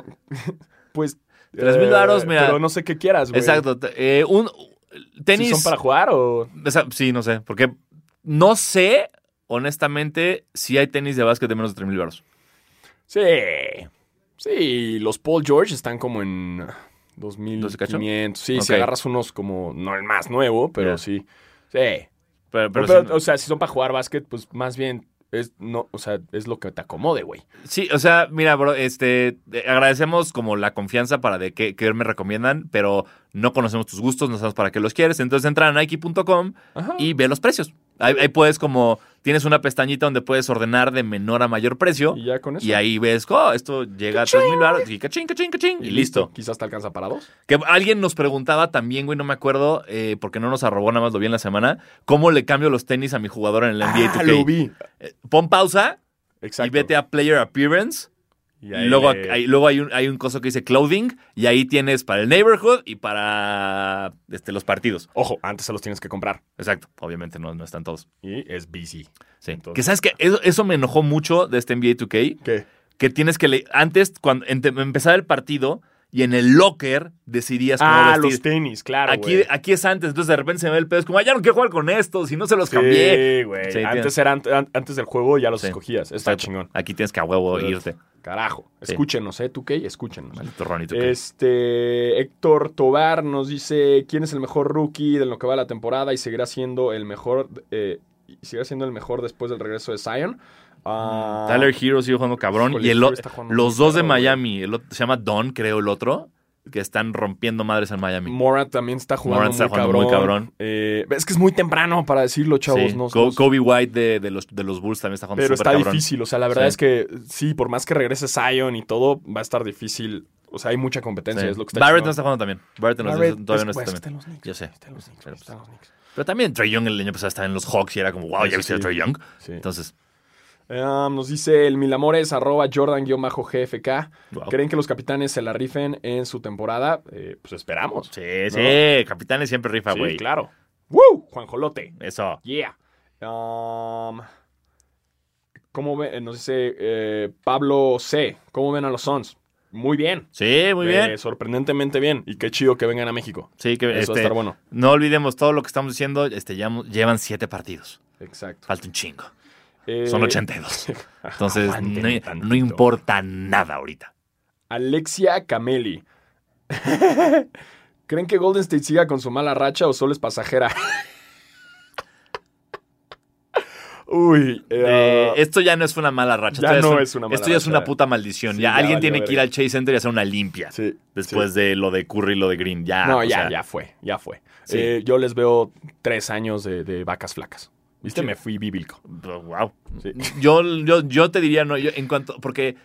Speaker 2: pues.
Speaker 1: Tres mil
Speaker 2: eh,
Speaker 1: varos, mira.
Speaker 2: Pero no sé qué quieras, güey.
Speaker 1: Exacto. Te- eh, un tenis.
Speaker 2: ¿Si son para jugar o.?
Speaker 1: Esa- sí, no sé. Porque no sé, honestamente, si hay tenis de básquet de menos de 3 mil baros.
Speaker 2: Sí. Sí, los Paul George están como en
Speaker 1: ¿Doce cacho?
Speaker 2: 2500. Sí, si
Speaker 1: Ok.
Speaker 2: agarras unos como. No el más nuevo, pero
Speaker 1: Ya.
Speaker 2: sí. Sí.
Speaker 1: Pero, pero
Speaker 2: Pero,
Speaker 1: si-
Speaker 2: O sea, si son para jugar básquet, pues más bien. Es, no, o sea, es lo que te acomode, güey.
Speaker 1: Sí, o sea, mira, bro, este, eh, agradecemos como la confianza para de qué, qué me recomiendan, pero no conocemos tus gustos, no sabemos para qué los quieres. Entonces entra a Nike.com
Speaker 2: Ajá.
Speaker 1: y ve los precios. Ahí, ahí puedes como, tienes una pestañita donde puedes ordenar de menor a mayor precio.
Speaker 2: Y ya con eso.
Speaker 1: Y ahí ves, oh, esto llega a 3,000 baros y cachín, cachín, cachín, y listo.
Speaker 2: Quizás te alcanza para dos.
Speaker 1: Que alguien nos preguntaba también, güey, no me acuerdo, eh, porque no nos arrobó, nada más lo vi en la semana, cómo le cambio los tenis a mi jugador en el NBA 2K.
Speaker 2: Ah, lo vi.
Speaker 1: Eh, Pon pausa
Speaker 2: Exacto.
Speaker 1: y vete a Player Appearance.
Speaker 2: Y
Speaker 1: Y
Speaker 2: ahí
Speaker 1: luego,
Speaker 2: le-
Speaker 1: hay, luego hay un, hay un coso que dice clothing y ahí tienes para el neighborhood y para este, los partidos.
Speaker 2: Ojo, antes se los tienes que comprar.
Speaker 1: Exacto. Obviamente no, no están todos.
Speaker 2: Y es busy.
Speaker 1: Sí.
Speaker 2: Entonces-
Speaker 1: que sabes que eso, eso me enojó mucho de este NBA 2K.
Speaker 2: ¿Qué?
Speaker 1: Que tienes que le- antes, cuando ente- empezaba el partido y en el locker decidías cómo
Speaker 2: Ah,
Speaker 1: vestir.
Speaker 2: los tenis, claro.
Speaker 1: Aquí,
Speaker 2: güey.
Speaker 1: aquí es antes, entonces de repente se me ve el pedo. Es como, "Ay, ya no quiero jugar con estos y no se los cambié.
Speaker 2: Sí, güey.
Speaker 1: Sí,
Speaker 2: antes, eran, an- antes del juego ya los
Speaker 1: Sí.
Speaker 2: escogías. Está
Speaker 1: Exacto.
Speaker 2: chingón.
Speaker 1: Aquí tienes que a huevo
Speaker 2: Uf.
Speaker 1: irte.
Speaker 2: Carajo.
Speaker 1: Sí.
Speaker 2: Escúchenos, ¿eh? 2K, escúchenos.
Speaker 1: Maldito Ronnie 2K.
Speaker 2: Este, Héctor Tobar nos dice quién es el mejor rookie de lo que va la temporada y seguirá siendo el mejor, eh, y seguirá siendo el mejor después del regreso de Zion. Ah,
Speaker 1: Mm, Tyler Hero sigue jugando cabrón.
Speaker 2: Híjole,
Speaker 1: y el
Speaker 2: Hero
Speaker 1: o-
Speaker 2: está jugando
Speaker 1: los
Speaker 2: muy
Speaker 1: dos de
Speaker 2: cabrón, güey.
Speaker 1: Miami, el otro, se llama Don, creo, el otro, que están rompiendo madres en Miami.
Speaker 2: Morant también está jugando,
Speaker 1: Morant
Speaker 2: muy,
Speaker 1: está jugando
Speaker 2: cabrón.
Speaker 1: muy cabrón.
Speaker 2: Eh, es que es muy temprano para decirlo, chavos.
Speaker 1: Sí.
Speaker 2: no-
Speaker 1: Co-
Speaker 2: no-
Speaker 1: Kobe White de, de los, de los Bulls también está jugando
Speaker 2: pero
Speaker 1: súper
Speaker 2: está
Speaker 1: cabrón.
Speaker 2: difícil. O sea, la verdad
Speaker 1: Sí.
Speaker 2: es que sí, por más que regrese Zion y todo, va a estar difícil. O sea, hay mucha competencia.
Speaker 1: Sí.
Speaker 2: Es lo que está
Speaker 1: Barrett
Speaker 2: chingón.
Speaker 1: no está jugando también. Barrett, en los-
Speaker 2: Barrett,
Speaker 1: todavía
Speaker 2: es-
Speaker 1: no está
Speaker 2: pues,
Speaker 1: también.
Speaker 2: en los Knicks,
Speaker 1: Yo sé.
Speaker 2: está en los Knicks,
Speaker 1: Pero, pues,
Speaker 2: está en los Knicks.
Speaker 1: Pero también Trey Young el año pasado estaba en los Hawks y era como, wow,
Speaker 2: Eso
Speaker 1: ya viste a
Speaker 2: sí.
Speaker 1: Trey Young.
Speaker 2: Sí.
Speaker 1: Entonces,
Speaker 2: Eh, nos dice el Milamores, arroba Jordan-GFK.
Speaker 1: wow.
Speaker 2: ¿Creen que los capitanes se la rifen en su temporada? Eh, pues esperamos.
Speaker 1: Sí,
Speaker 2: ¿No?
Speaker 1: sí, capitanes siempre rifa,
Speaker 2: Sí,
Speaker 1: güey.
Speaker 2: claro. ¡Woo! Juan Jolote.
Speaker 1: Eso.
Speaker 2: Yeah. Um, ¿Cómo ven? Nos dice eh, Pablo C. ¿Cómo ven a los Sons? Muy bien.
Speaker 1: Sí, muy bien.
Speaker 2: Eh, sorprendentemente bien. Y qué chido que vengan a México.
Speaker 1: Sí, que
Speaker 2: Eso va a
Speaker 1: este,
Speaker 2: estar bueno.
Speaker 1: no olvidemos todo lo que estamos diciendo. Este, ya llevan siete partidos.
Speaker 2: Exacto.
Speaker 1: Falta un chingo. Son
Speaker 2: Eh,
Speaker 1: 82. Entonces,
Speaker 2: aguanten
Speaker 1: no,
Speaker 2: tantito.
Speaker 1: no importa nada ahorita.
Speaker 2: Alexia Cameli. ¿Creen que Golden State siga con su mala racha o solo es pasajera? Uy,
Speaker 1: Eh,
Speaker 2: eh,
Speaker 1: esto ya no es una mala racha.
Speaker 2: ya
Speaker 1: esto
Speaker 2: no
Speaker 1: un-
Speaker 2: es una mala
Speaker 1: Esto ya es
Speaker 2: racha.
Speaker 1: una puta maldición.
Speaker 2: Sí,
Speaker 1: ya,
Speaker 2: ya
Speaker 1: alguien
Speaker 2: valió
Speaker 1: tiene que ir
Speaker 2: verga.
Speaker 1: al Chase Center y hacer una limpia.
Speaker 2: sí,
Speaker 1: Después
Speaker 2: sí.
Speaker 1: de lo de Curry y lo de Green. Ya.
Speaker 2: No,
Speaker 1: o
Speaker 2: ya,
Speaker 1: sea,
Speaker 2: ya fue, ya fue.
Speaker 1: Sí.
Speaker 2: Eh, yo les veo tres años de, de vacas flacas. ¿Viste?
Speaker 1: Sí.
Speaker 2: Me fui bíblico.
Speaker 1: Wow.
Speaker 2: Sí.
Speaker 1: Yo, yo, yo te diría no. yo- en cuanto. Porque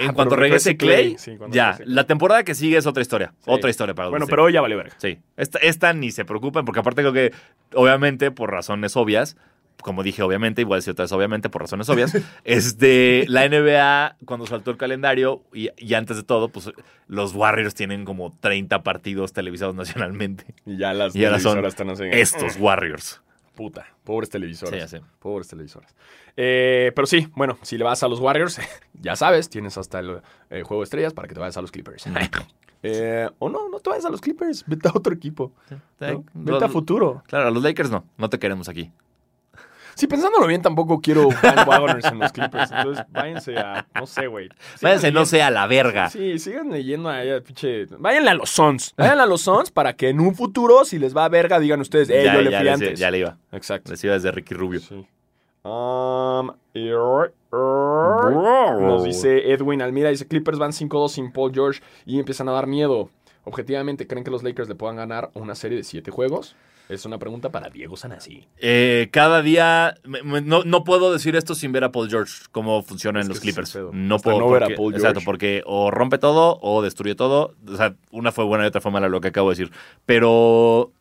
Speaker 1: en
Speaker 2: Ah,
Speaker 1: cuanto
Speaker 2: pero
Speaker 1: regrese Clay.
Speaker 2: sí, cuando
Speaker 1: ya.
Speaker 2: regrese Clay.
Speaker 1: La temporada que sigue es otra historia.
Speaker 2: Sí.
Speaker 1: Otra historia para
Speaker 2: Bueno,
Speaker 1: Golden
Speaker 2: pero hoy ya valió verga.
Speaker 1: Sí, esta, esta ni se preocupen, porque aparte creo que, obviamente, por razones obvias, como dije, obviamente, igual si otra vez, obviamente, por razones obvias, este, la NBA, cuando saltó el calendario, y, y antes de todo, pues los Warriors tienen como 30 partidos televisados nacionalmente.
Speaker 2: Y ya las
Speaker 1: Y ahora son
Speaker 2: televisoras están así.
Speaker 1: Estos Warriors.
Speaker 2: Puta, pobres televisoras.
Speaker 1: Sí, ya sé.
Speaker 2: Pobres televisoras. Eh, pero sí, bueno, si le vas a los Warriors, ya sabes, tienes hasta el eh, juego de estrellas para que te vayas a los Clippers.
Speaker 1: Mm.
Speaker 2: Eh, o no, no te vayas a los Clippers, vete a otro equipo. ¿no? Vete a futuro.
Speaker 1: Claro, a los Lakers no, no te queremos aquí.
Speaker 2: Sí, pensándolo bien, tampoco quiero bandwagoners en los Clippers. Entonces, váyanse a, no sé, güey. Sigan
Speaker 1: Váyanse, no
Speaker 2: leyendo-
Speaker 1: sea la verga.
Speaker 2: Sí, sigan leyendo a ella, pinche. Váyanle a los Suns. Váyanle a los Suns para que en un futuro, si les va a verga, digan ustedes, eh,
Speaker 1: ya,
Speaker 2: yo le
Speaker 1: ya
Speaker 2: fui
Speaker 1: les-
Speaker 2: antes.
Speaker 1: ya le iba.
Speaker 2: Exacto.
Speaker 1: Les iba desde Ricky Rubio.
Speaker 2: Sí. Um, er- er- Nos dice Edwin Almira, dice Clippers van 5-2 sin Paul George y empiezan a dar miedo. Objetivamente, ¿creen que los Lakers le puedan ganar una serie de 7 juegos? Es una pregunta para Diego Sanasi.
Speaker 1: Eh, cada día. me- me- no, no puedo decir esto sin ver a Paul George cómo funciona
Speaker 2: Es
Speaker 1: en los
Speaker 2: que ese es
Speaker 1: Clippers.
Speaker 2: el pedo.
Speaker 1: No
Speaker 2: Hasta
Speaker 1: puedo.
Speaker 2: no ver a
Speaker 1: porque-
Speaker 2: Paul George.
Speaker 1: Exacto, porque o rompe todo o destruye todo. O sea, una fue buena y otra fue mala, lo que acabo de decir. Pero.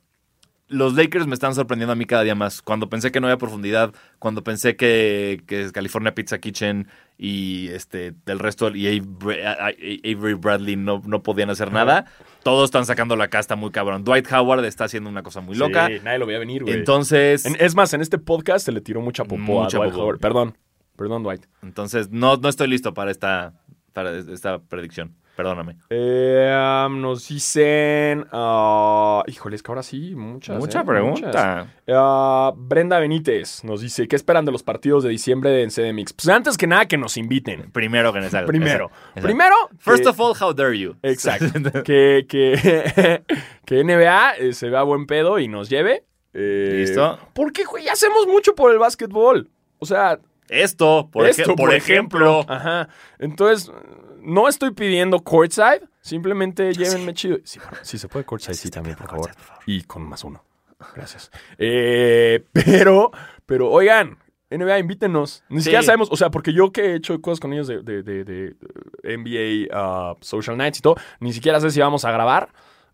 Speaker 1: Los Lakers me están sorprendiendo a mí cada día más. Cuando pensé que no había profundidad, cuando pensé que, que California Pizza Kitchen y este del resto y Avery, a- a- Avery Bradley no, no podían hacer nada, todos están sacando la casta muy cabrón. Dwight Howard está haciendo una cosa muy loca.
Speaker 2: Sí, nadie lo veía venir, güey.
Speaker 1: Entonces,
Speaker 2: En- es más, en este podcast se le tiró mucha popó
Speaker 1: Mucha
Speaker 2: a Dwight
Speaker 1: popó.
Speaker 2: Howard. Perdón, perdón, Dwight.
Speaker 1: Entonces, no, no estoy listo para esta, para esta predicción. Perdóname.
Speaker 2: Eh, um, nos dicen. ah, híjole, es que ahora sí, muchas. eh, muchas. Ah, Brenda Benítez nos dice: ¿Qué esperan de los partidos de diciembre en CDMX? Pues antes que nada, que nos inviten.
Speaker 1: Primero que nada.
Speaker 2: Primero.
Speaker 1: Exacto.
Speaker 2: Primero.
Speaker 1: First
Speaker 2: que-
Speaker 1: of all, how dare you.
Speaker 2: Exacto. que, que, que NBA eh, se vea buen pedo y nos lleve. Eh,
Speaker 1: Listo.
Speaker 2: Porque, güey, ya hacemos mucho por el básquetbol. O sea,
Speaker 1: Esto, por,
Speaker 2: Esto,
Speaker 1: ej- por
Speaker 2: por
Speaker 1: ejemplo.
Speaker 2: Ajá. Entonces, no estoy pidiendo
Speaker 1: Ah,
Speaker 2: courtside. Simplemente llévenme chido. Sí, por- sí, se puede courtside, sí, también, por favor. Y con más uno. Gracias. Eh, pero, pero, oigan, NBA, invítenos. Ni
Speaker 1: Sí.
Speaker 2: siquiera sabemos, o sea, porque yo que he hecho cosas con ellos de, de- de- de, eh, NBA ah, Social Nights y todo, ni siquiera sé si vamos a grabar.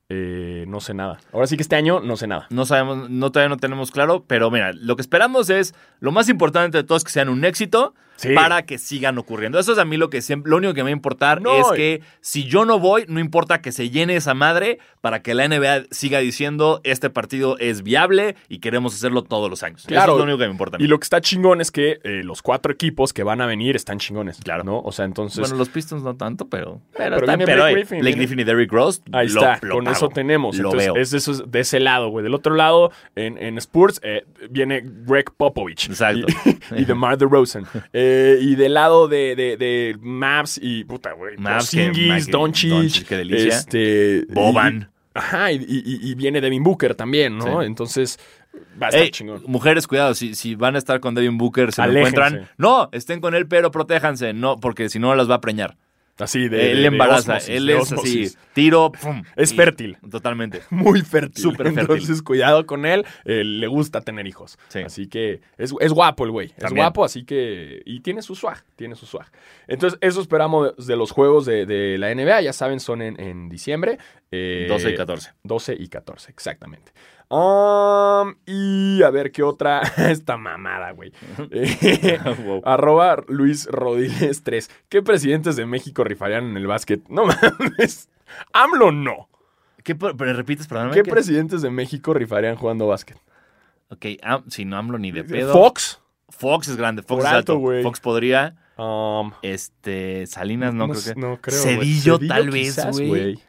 Speaker 2: Eh, no sé nada. Ahora sí que este año no sé nada.
Speaker 1: No sabemos, no todavía no tenemos claro, pero mira, lo que esperamos es lo más importante de todo es que sean un éxito
Speaker 2: Sí.
Speaker 1: para que sigan ocurriendo. Eso es a mí lo que siempre, lo único que me va a importar
Speaker 2: No,
Speaker 1: es
Speaker 2: y-
Speaker 1: que si yo no voy, no importa que se llene esa madre para que la NBA siga diciendo este partido es viable y queremos hacerlo todos los años. Eso
Speaker 2: Claro.
Speaker 1: es lo único que me importa. a mí.
Speaker 2: Y lo que está chingón es que eh, los cuatro equipos que van a venir están chingones.
Speaker 1: Claro.
Speaker 2: ¿no? O sea, entonces.
Speaker 1: bueno, los Pistons no tanto, pero. Pero,
Speaker 2: Pero
Speaker 1: está-
Speaker 2: viene
Speaker 1: pero,
Speaker 2: Blake
Speaker 1: eh,
Speaker 2: Griffin,
Speaker 1: Blake
Speaker 2: viene-
Speaker 1: Griffin y Derrick Rose.
Speaker 2: Ahí
Speaker 1: lo-
Speaker 2: está,
Speaker 1: lo
Speaker 2: con
Speaker 1: pago.
Speaker 2: eso tenemos.
Speaker 1: Lo
Speaker 2: Entonces,
Speaker 1: veo.
Speaker 2: es de, esos- de ese lado, güey. Del otro lado, en, en Spurs, eh, viene Greg Popovich.
Speaker 1: Exacto.
Speaker 2: Y, y DeMar DeRozan. Eh, y del lado de, de, de Mavs y, puta, güey,
Speaker 1: Mavs, que-
Speaker 2: Porzingis,
Speaker 1: que-
Speaker 2: Doncic.
Speaker 1: Doncic, qué delicia.
Speaker 2: Este,
Speaker 1: Boban.
Speaker 2: y- ajá, y, y- y viene Devin Booker también, ¿no?
Speaker 1: Sí.
Speaker 2: Entonces, va a estar
Speaker 1: Ey,
Speaker 2: chingón.
Speaker 1: Eh, Mujeres, cuidado, si, si van a estar con Devin Booker, se lo
Speaker 2: Aléjense.
Speaker 1: encuentran. No, estén con él, pero protéjanse, no, porque si no las va a preñar.
Speaker 2: Así, de.
Speaker 1: él
Speaker 2: de- de
Speaker 1: embaraza,
Speaker 2: osmosis,
Speaker 1: él
Speaker 2: de
Speaker 1: es
Speaker 2: osmosis.
Speaker 1: así, tiro, pum,
Speaker 2: Es
Speaker 1: y-
Speaker 2: fértil.
Speaker 1: Totalmente.
Speaker 2: muy fértil.
Speaker 1: Súper fértil.
Speaker 2: Entonces, cuidado con él. eh, le gusta tener hijos.
Speaker 1: Sí.
Speaker 2: Así que es, es guapo el güey. Es
Speaker 1: También.
Speaker 2: guapo, así que. Y tiene su swag. Tiene su swag. Entonces, eso esperamos de, de los juegos de, de la NBA. Ya saben, son en, en diciembre. eh,
Speaker 1: 12 y 14.
Speaker 2: 12 y 14, exactamente. Um, y a ver qué otra. Esta mamada, güey. Eh,
Speaker 1: Wow.
Speaker 2: Arroba Luis Rodiles 3. ¿Qué presidentes de México rifarían en el básquet? No mames. AMLO no.
Speaker 1: ¿Qué por- pero repites, perdóname?
Speaker 2: ¿Qué
Speaker 1: que-
Speaker 2: presidentes de México rifarían jugando básquet?
Speaker 1: Ok, ah, si no hablo ni de pedo.
Speaker 2: Fox.
Speaker 1: Fox es grande, Fox
Speaker 2: Por
Speaker 1: es
Speaker 2: alto,
Speaker 1: alto.
Speaker 2: güey.
Speaker 1: Fox podría.
Speaker 2: Um,
Speaker 1: Este, Salinas no, creo
Speaker 2: sé-
Speaker 1: que.
Speaker 2: no creo, güey.
Speaker 1: Cedillo, tal vez,
Speaker 2: quizás,
Speaker 1: güey.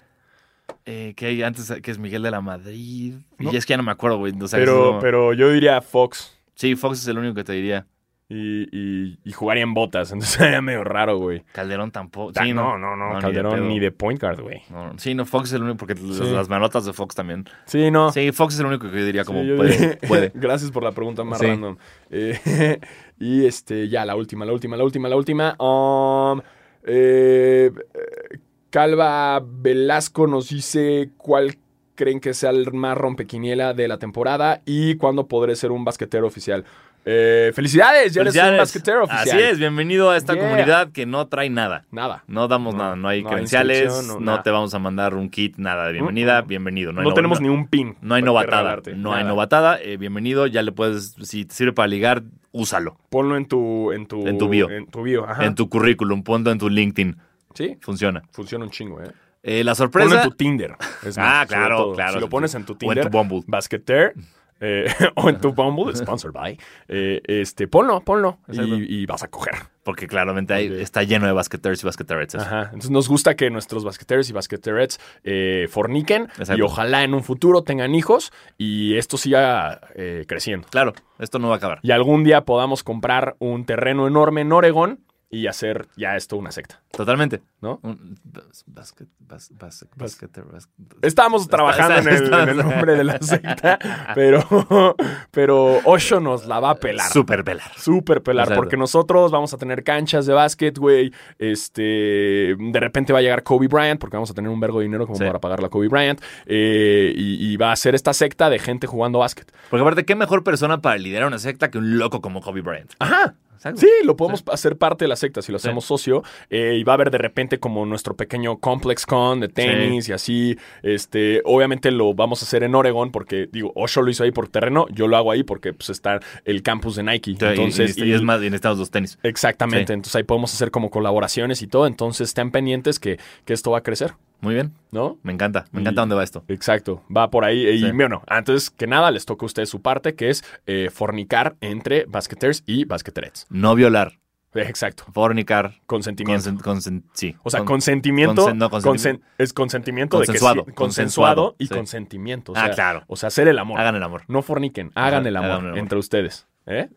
Speaker 1: Eh, que hay antes que es Miguel de la Madrid.
Speaker 2: No.
Speaker 1: Y es que ya no me acuerdo, güey. o sea, eso
Speaker 2: Pero,
Speaker 1: no-
Speaker 2: pero yo diría Fox.
Speaker 1: Sí, Fox es el único que te diría.
Speaker 2: Y, y, y jugaría en botas. Entonces sería medio raro, güey.
Speaker 1: Calderón tampoco.
Speaker 2: Ta-
Speaker 1: Sí,
Speaker 2: no, no, no,
Speaker 1: ni de
Speaker 2: Calderón
Speaker 1: pedo.
Speaker 2: ni de point guard, güey.
Speaker 1: No, no. sí, no, Fox es el único, porque las- las manotas de Fox también.
Speaker 2: Sí, no.
Speaker 1: Sí, Fox es el único que yo diría como
Speaker 2: Sí, yo
Speaker 1: puede,
Speaker 2: diría-
Speaker 1: puede.
Speaker 2: Gracias por la pregunta más
Speaker 1: Sí.
Speaker 2: random. Eh, y este, ya, la última, la última, la última, la última. Um, eh, eh, Calva Velasco nos dice cuál creen que sea el más rompequiniela de la temporada y cuándo podré ser un basquetero oficial. Eh, felicidades, ya eres un
Speaker 1: Felicidades.
Speaker 2: basquetero oficial.
Speaker 1: Pues Así es, bienvenido a esta
Speaker 2: Yeah.
Speaker 1: comunidad que no trae nada.
Speaker 2: Nada.
Speaker 1: No damos
Speaker 2: No,
Speaker 1: nada, no hay
Speaker 2: no hay
Speaker 1: credenciales,
Speaker 2: inscripción, no
Speaker 1: no,
Speaker 2: nada.
Speaker 1: te vamos a mandar un kit, nada de bienvenida,
Speaker 2: Mm.
Speaker 1: bienvenido. No,
Speaker 2: No,
Speaker 1: hay nova-
Speaker 2: tenemos
Speaker 1: no-
Speaker 2: ni un pin.
Speaker 1: No hay
Speaker 2: para que
Speaker 1: novatada,
Speaker 2: regalarte,
Speaker 1: no hay
Speaker 2: nada.
Speaker 1: novatada, eh, bienvenido, ya le puedes, si te sirve para ligar, úsalo.
Speaker 2: Ponlo en tu, en tu,
Speaker 1: En tu bio.
Speaker 2: En tu bio, ajá.
Speaker 1: En tu currículum, ponlo en tu LinkedIn,
Speaker 2: Sí,
Speaker 1: funciona.
Speaker 2: funciona un chingo, eh.
Speaker 1: Eh, la
Speaker 2: Ponlo
Speaker 1: sorpresa,
Speaker 2: en tu Tinder. es
Speaker 1: Ah,
Speaker 2: sobre
Speaker 1: claro,
Speaker 2: todo.
Speaker 1: claro.
Speaker 2: Si lo pones en tu
Speaker 1: O en
Speaker 2: Tinder.
Speaker 1: tu Bumble.
Speaker 2: Basketer. eh, o en tu Bumble, sponsored by. eh, este, ponlo, ponlo.
Speaker 1: Exacto.
Speaker 2: Y, y vas a coger.
Speaker 1: porque claramente ahí
Speaker 2: Ok.
Speaker 1: está lleno de basqueteros y basqueteras.
Speaker 2: Ajá. Entonces nos gusta que nuestros basqueteros y basqueterets eh, forniquen.
Speaker 1: Exacto.
Speaker 2: Y ojalá en un futuro tengan hijos y esto siga eh, creciendo.
Speaker 1: Claro, esto no va a acabar.
Speaker 2: Y algún día podamos comprar un terreno enorme en Oregón y hacer ya esto una secta,
Speaker 1: Totalmente.
Speaker 2: ¿no?
Speaker 1: Un- bas- basquet- bas- bas- basquetero, bas-
Speaker 2: Estamos trabajando
Speaker 1: está-
Speaker 2: en, el,
Speaker 1: está-
Speaker 2: en el nombre de la secta, pero, pero Osho nos la va a pelar.
Speaker 1: Super velar.
Speaker 2: Súper pelar,
Speaker 1: Exacto.
Speaker 2: porque nosotros vamos a tener canchas de básquet, güey. Este, de repente va a llegar Kobe Bryant, porque vamos a tener un vergo de dinero como
Speaker 1: Sí.
Speaker 2: para pagarle a Kobe Bryant. eh, y, y va a ser esta secta de gente jugando básquet.
Speaker 1: Porque aparte, ¿qué mejor persona para liderar una secta que un loco como Kobe Bryant?
Speaker 2: Ajá.
Speaker 1: ¿Sabes?
Speaker 2: Sí, lo podemos hacer parte de la secta si lo hacemos socio. eh, y va a haber de repente como nuestro pequeño Complex Con de tenis y así. Este, obviamente lo vamos a hacer en Oregon porque, digo, Osho lo hizo ahí por terreno, yo lo hago ahí porque pues, está el campus de Nike.
Speaker 1: O sea, y-
Speaker 2: Entonces,
Speaker 1: y,
Speaker 2: y-
Speaker 1: y es más, y necesitamos dos tenis.
Speaker 2: Exactamente,
Speaker 1: Sí.
Speaker 2: entonces ahí podemos hacer como colaboraciones y todo, entonces estén pendientes que, que esto va a crecer,
Speaker 1: Muy bien,
Speaker 2: ¿no?
Speaker 1: me encanta, me
Speaker 2: Y-
Speaker 1: encanta dónde va esto.
Speaker 2: Exacto, va por ahí. Y
Speaker 1: Sí.
Speaker 2: bueno, antes que nada les toca a ustedes su parte, que es eh, fornicar entre basqueters y basqueterets.
Speaker 1: No violar,
Speaker 2: Exacto,
Speaker 1: fornicar,
Speaker 2: consentimiento.
Speaker 1: consen- consen- sí.
Speaker 2: o sea,
Speaker 1: Con-
Speaker 2: consentimiento,
Speaker 1: consen- no, consentimiento.
Speaker 2: consen- es consentimiento de que sí-
Speaker 1: Consensuado,
Speaker 2: consensuado y
Speaker 1: sí.
Speaker 2: consentimiento. O
Speaker 1: Ah,
Speaker 2: sea,
Speaker 1: claro.
Speaker 2: O sea, hacer el amor.
Speaker 1: hagan el amor.
Speaker 2: No forniquen, hagan
Speaker 1: Ajá,
Speaker 2: el amor,
Speaker 1: hagan el amor.
Speaker 2: entre ustedes. ¿eh?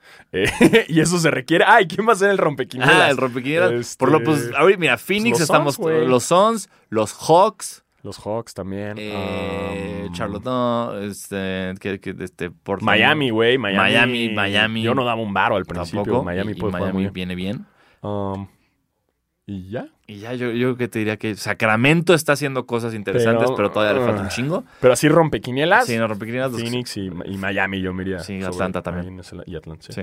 Speaker 2: Eh, y eso se requiere. Ay, ¿quién va a ser el rompequinielas?
Speaker 1: Ah, el rompequinielas.
Speaker 2: Este-
Speaker 1: Por lo pues, ahorita, mira, Phoenix
Speaker 2: los
Speaker 1: estamos,
Speaker 2: Suns, güey. Um,
Speaker 1: los Suns, los Hawks,
Speaker 2: Los Hawks también.
Speaker 1: eh,
Speaker 2: um,
Speaker 1: Charlotte, no, este, que- que- este, Portland.
Speaker 2: Miami, güey. Miami,
Speaker 1: Miami, Miami.
Speaker 2: Yo no daba un varo al principio.
Speaker 1: tampoco.
Speaker 2: Miami
Speaker 1: y- y
Speaker 2: puede jugar
Speaker 1: Miami
Speaker 2: muy bien.
Speaker 1: viene bien.
Speaker 2: Um, Y ya.
Speaker 1: Y ya yo, yo que te diría que Sacramento está haciendo cosas interesantes,
Speaker 2: Pero-
Speaker 1: pero, todavía le falta
Speaker 2: ah.
Speaker 1: un chingo.
Speaker 2: Pero así rompe quinielas.
Speaker 1: Sí, no rompequinielas, los-
Speaker 2: Phoenix y, y Miami, yo me iría.
Speaker 1: Sí,
Speaker 2: sobre
Speaker 1: Atlanta también.
Speaker 2: Miami, Nueva Zelanda Y Atlanta, sí.
Speaker 1: Sí.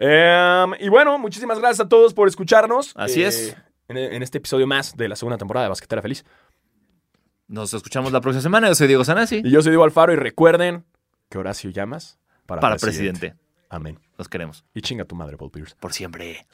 Speaker 2: Em, y bueno, muchísimas gracias a todos por escucharnos.
Speaker 1: Así es.
Speaker 2: En, en este episodio más de la segunda temporada de Basquetera Feliz.
Speaker 1: Nos escuchamos la próxima semana. Yo soy Diego Sanasi.
Speaker 2: Y yo soy Diego Alfaro y recuerden que Horacio llamas para,
Speaker 1: Para presidente.
Speaker 2: Amén.
Speaker 1: Los queremos.
Speaker 2: Y chinga tu madre, Paul Pierce.
Speaker 1: Por siempre.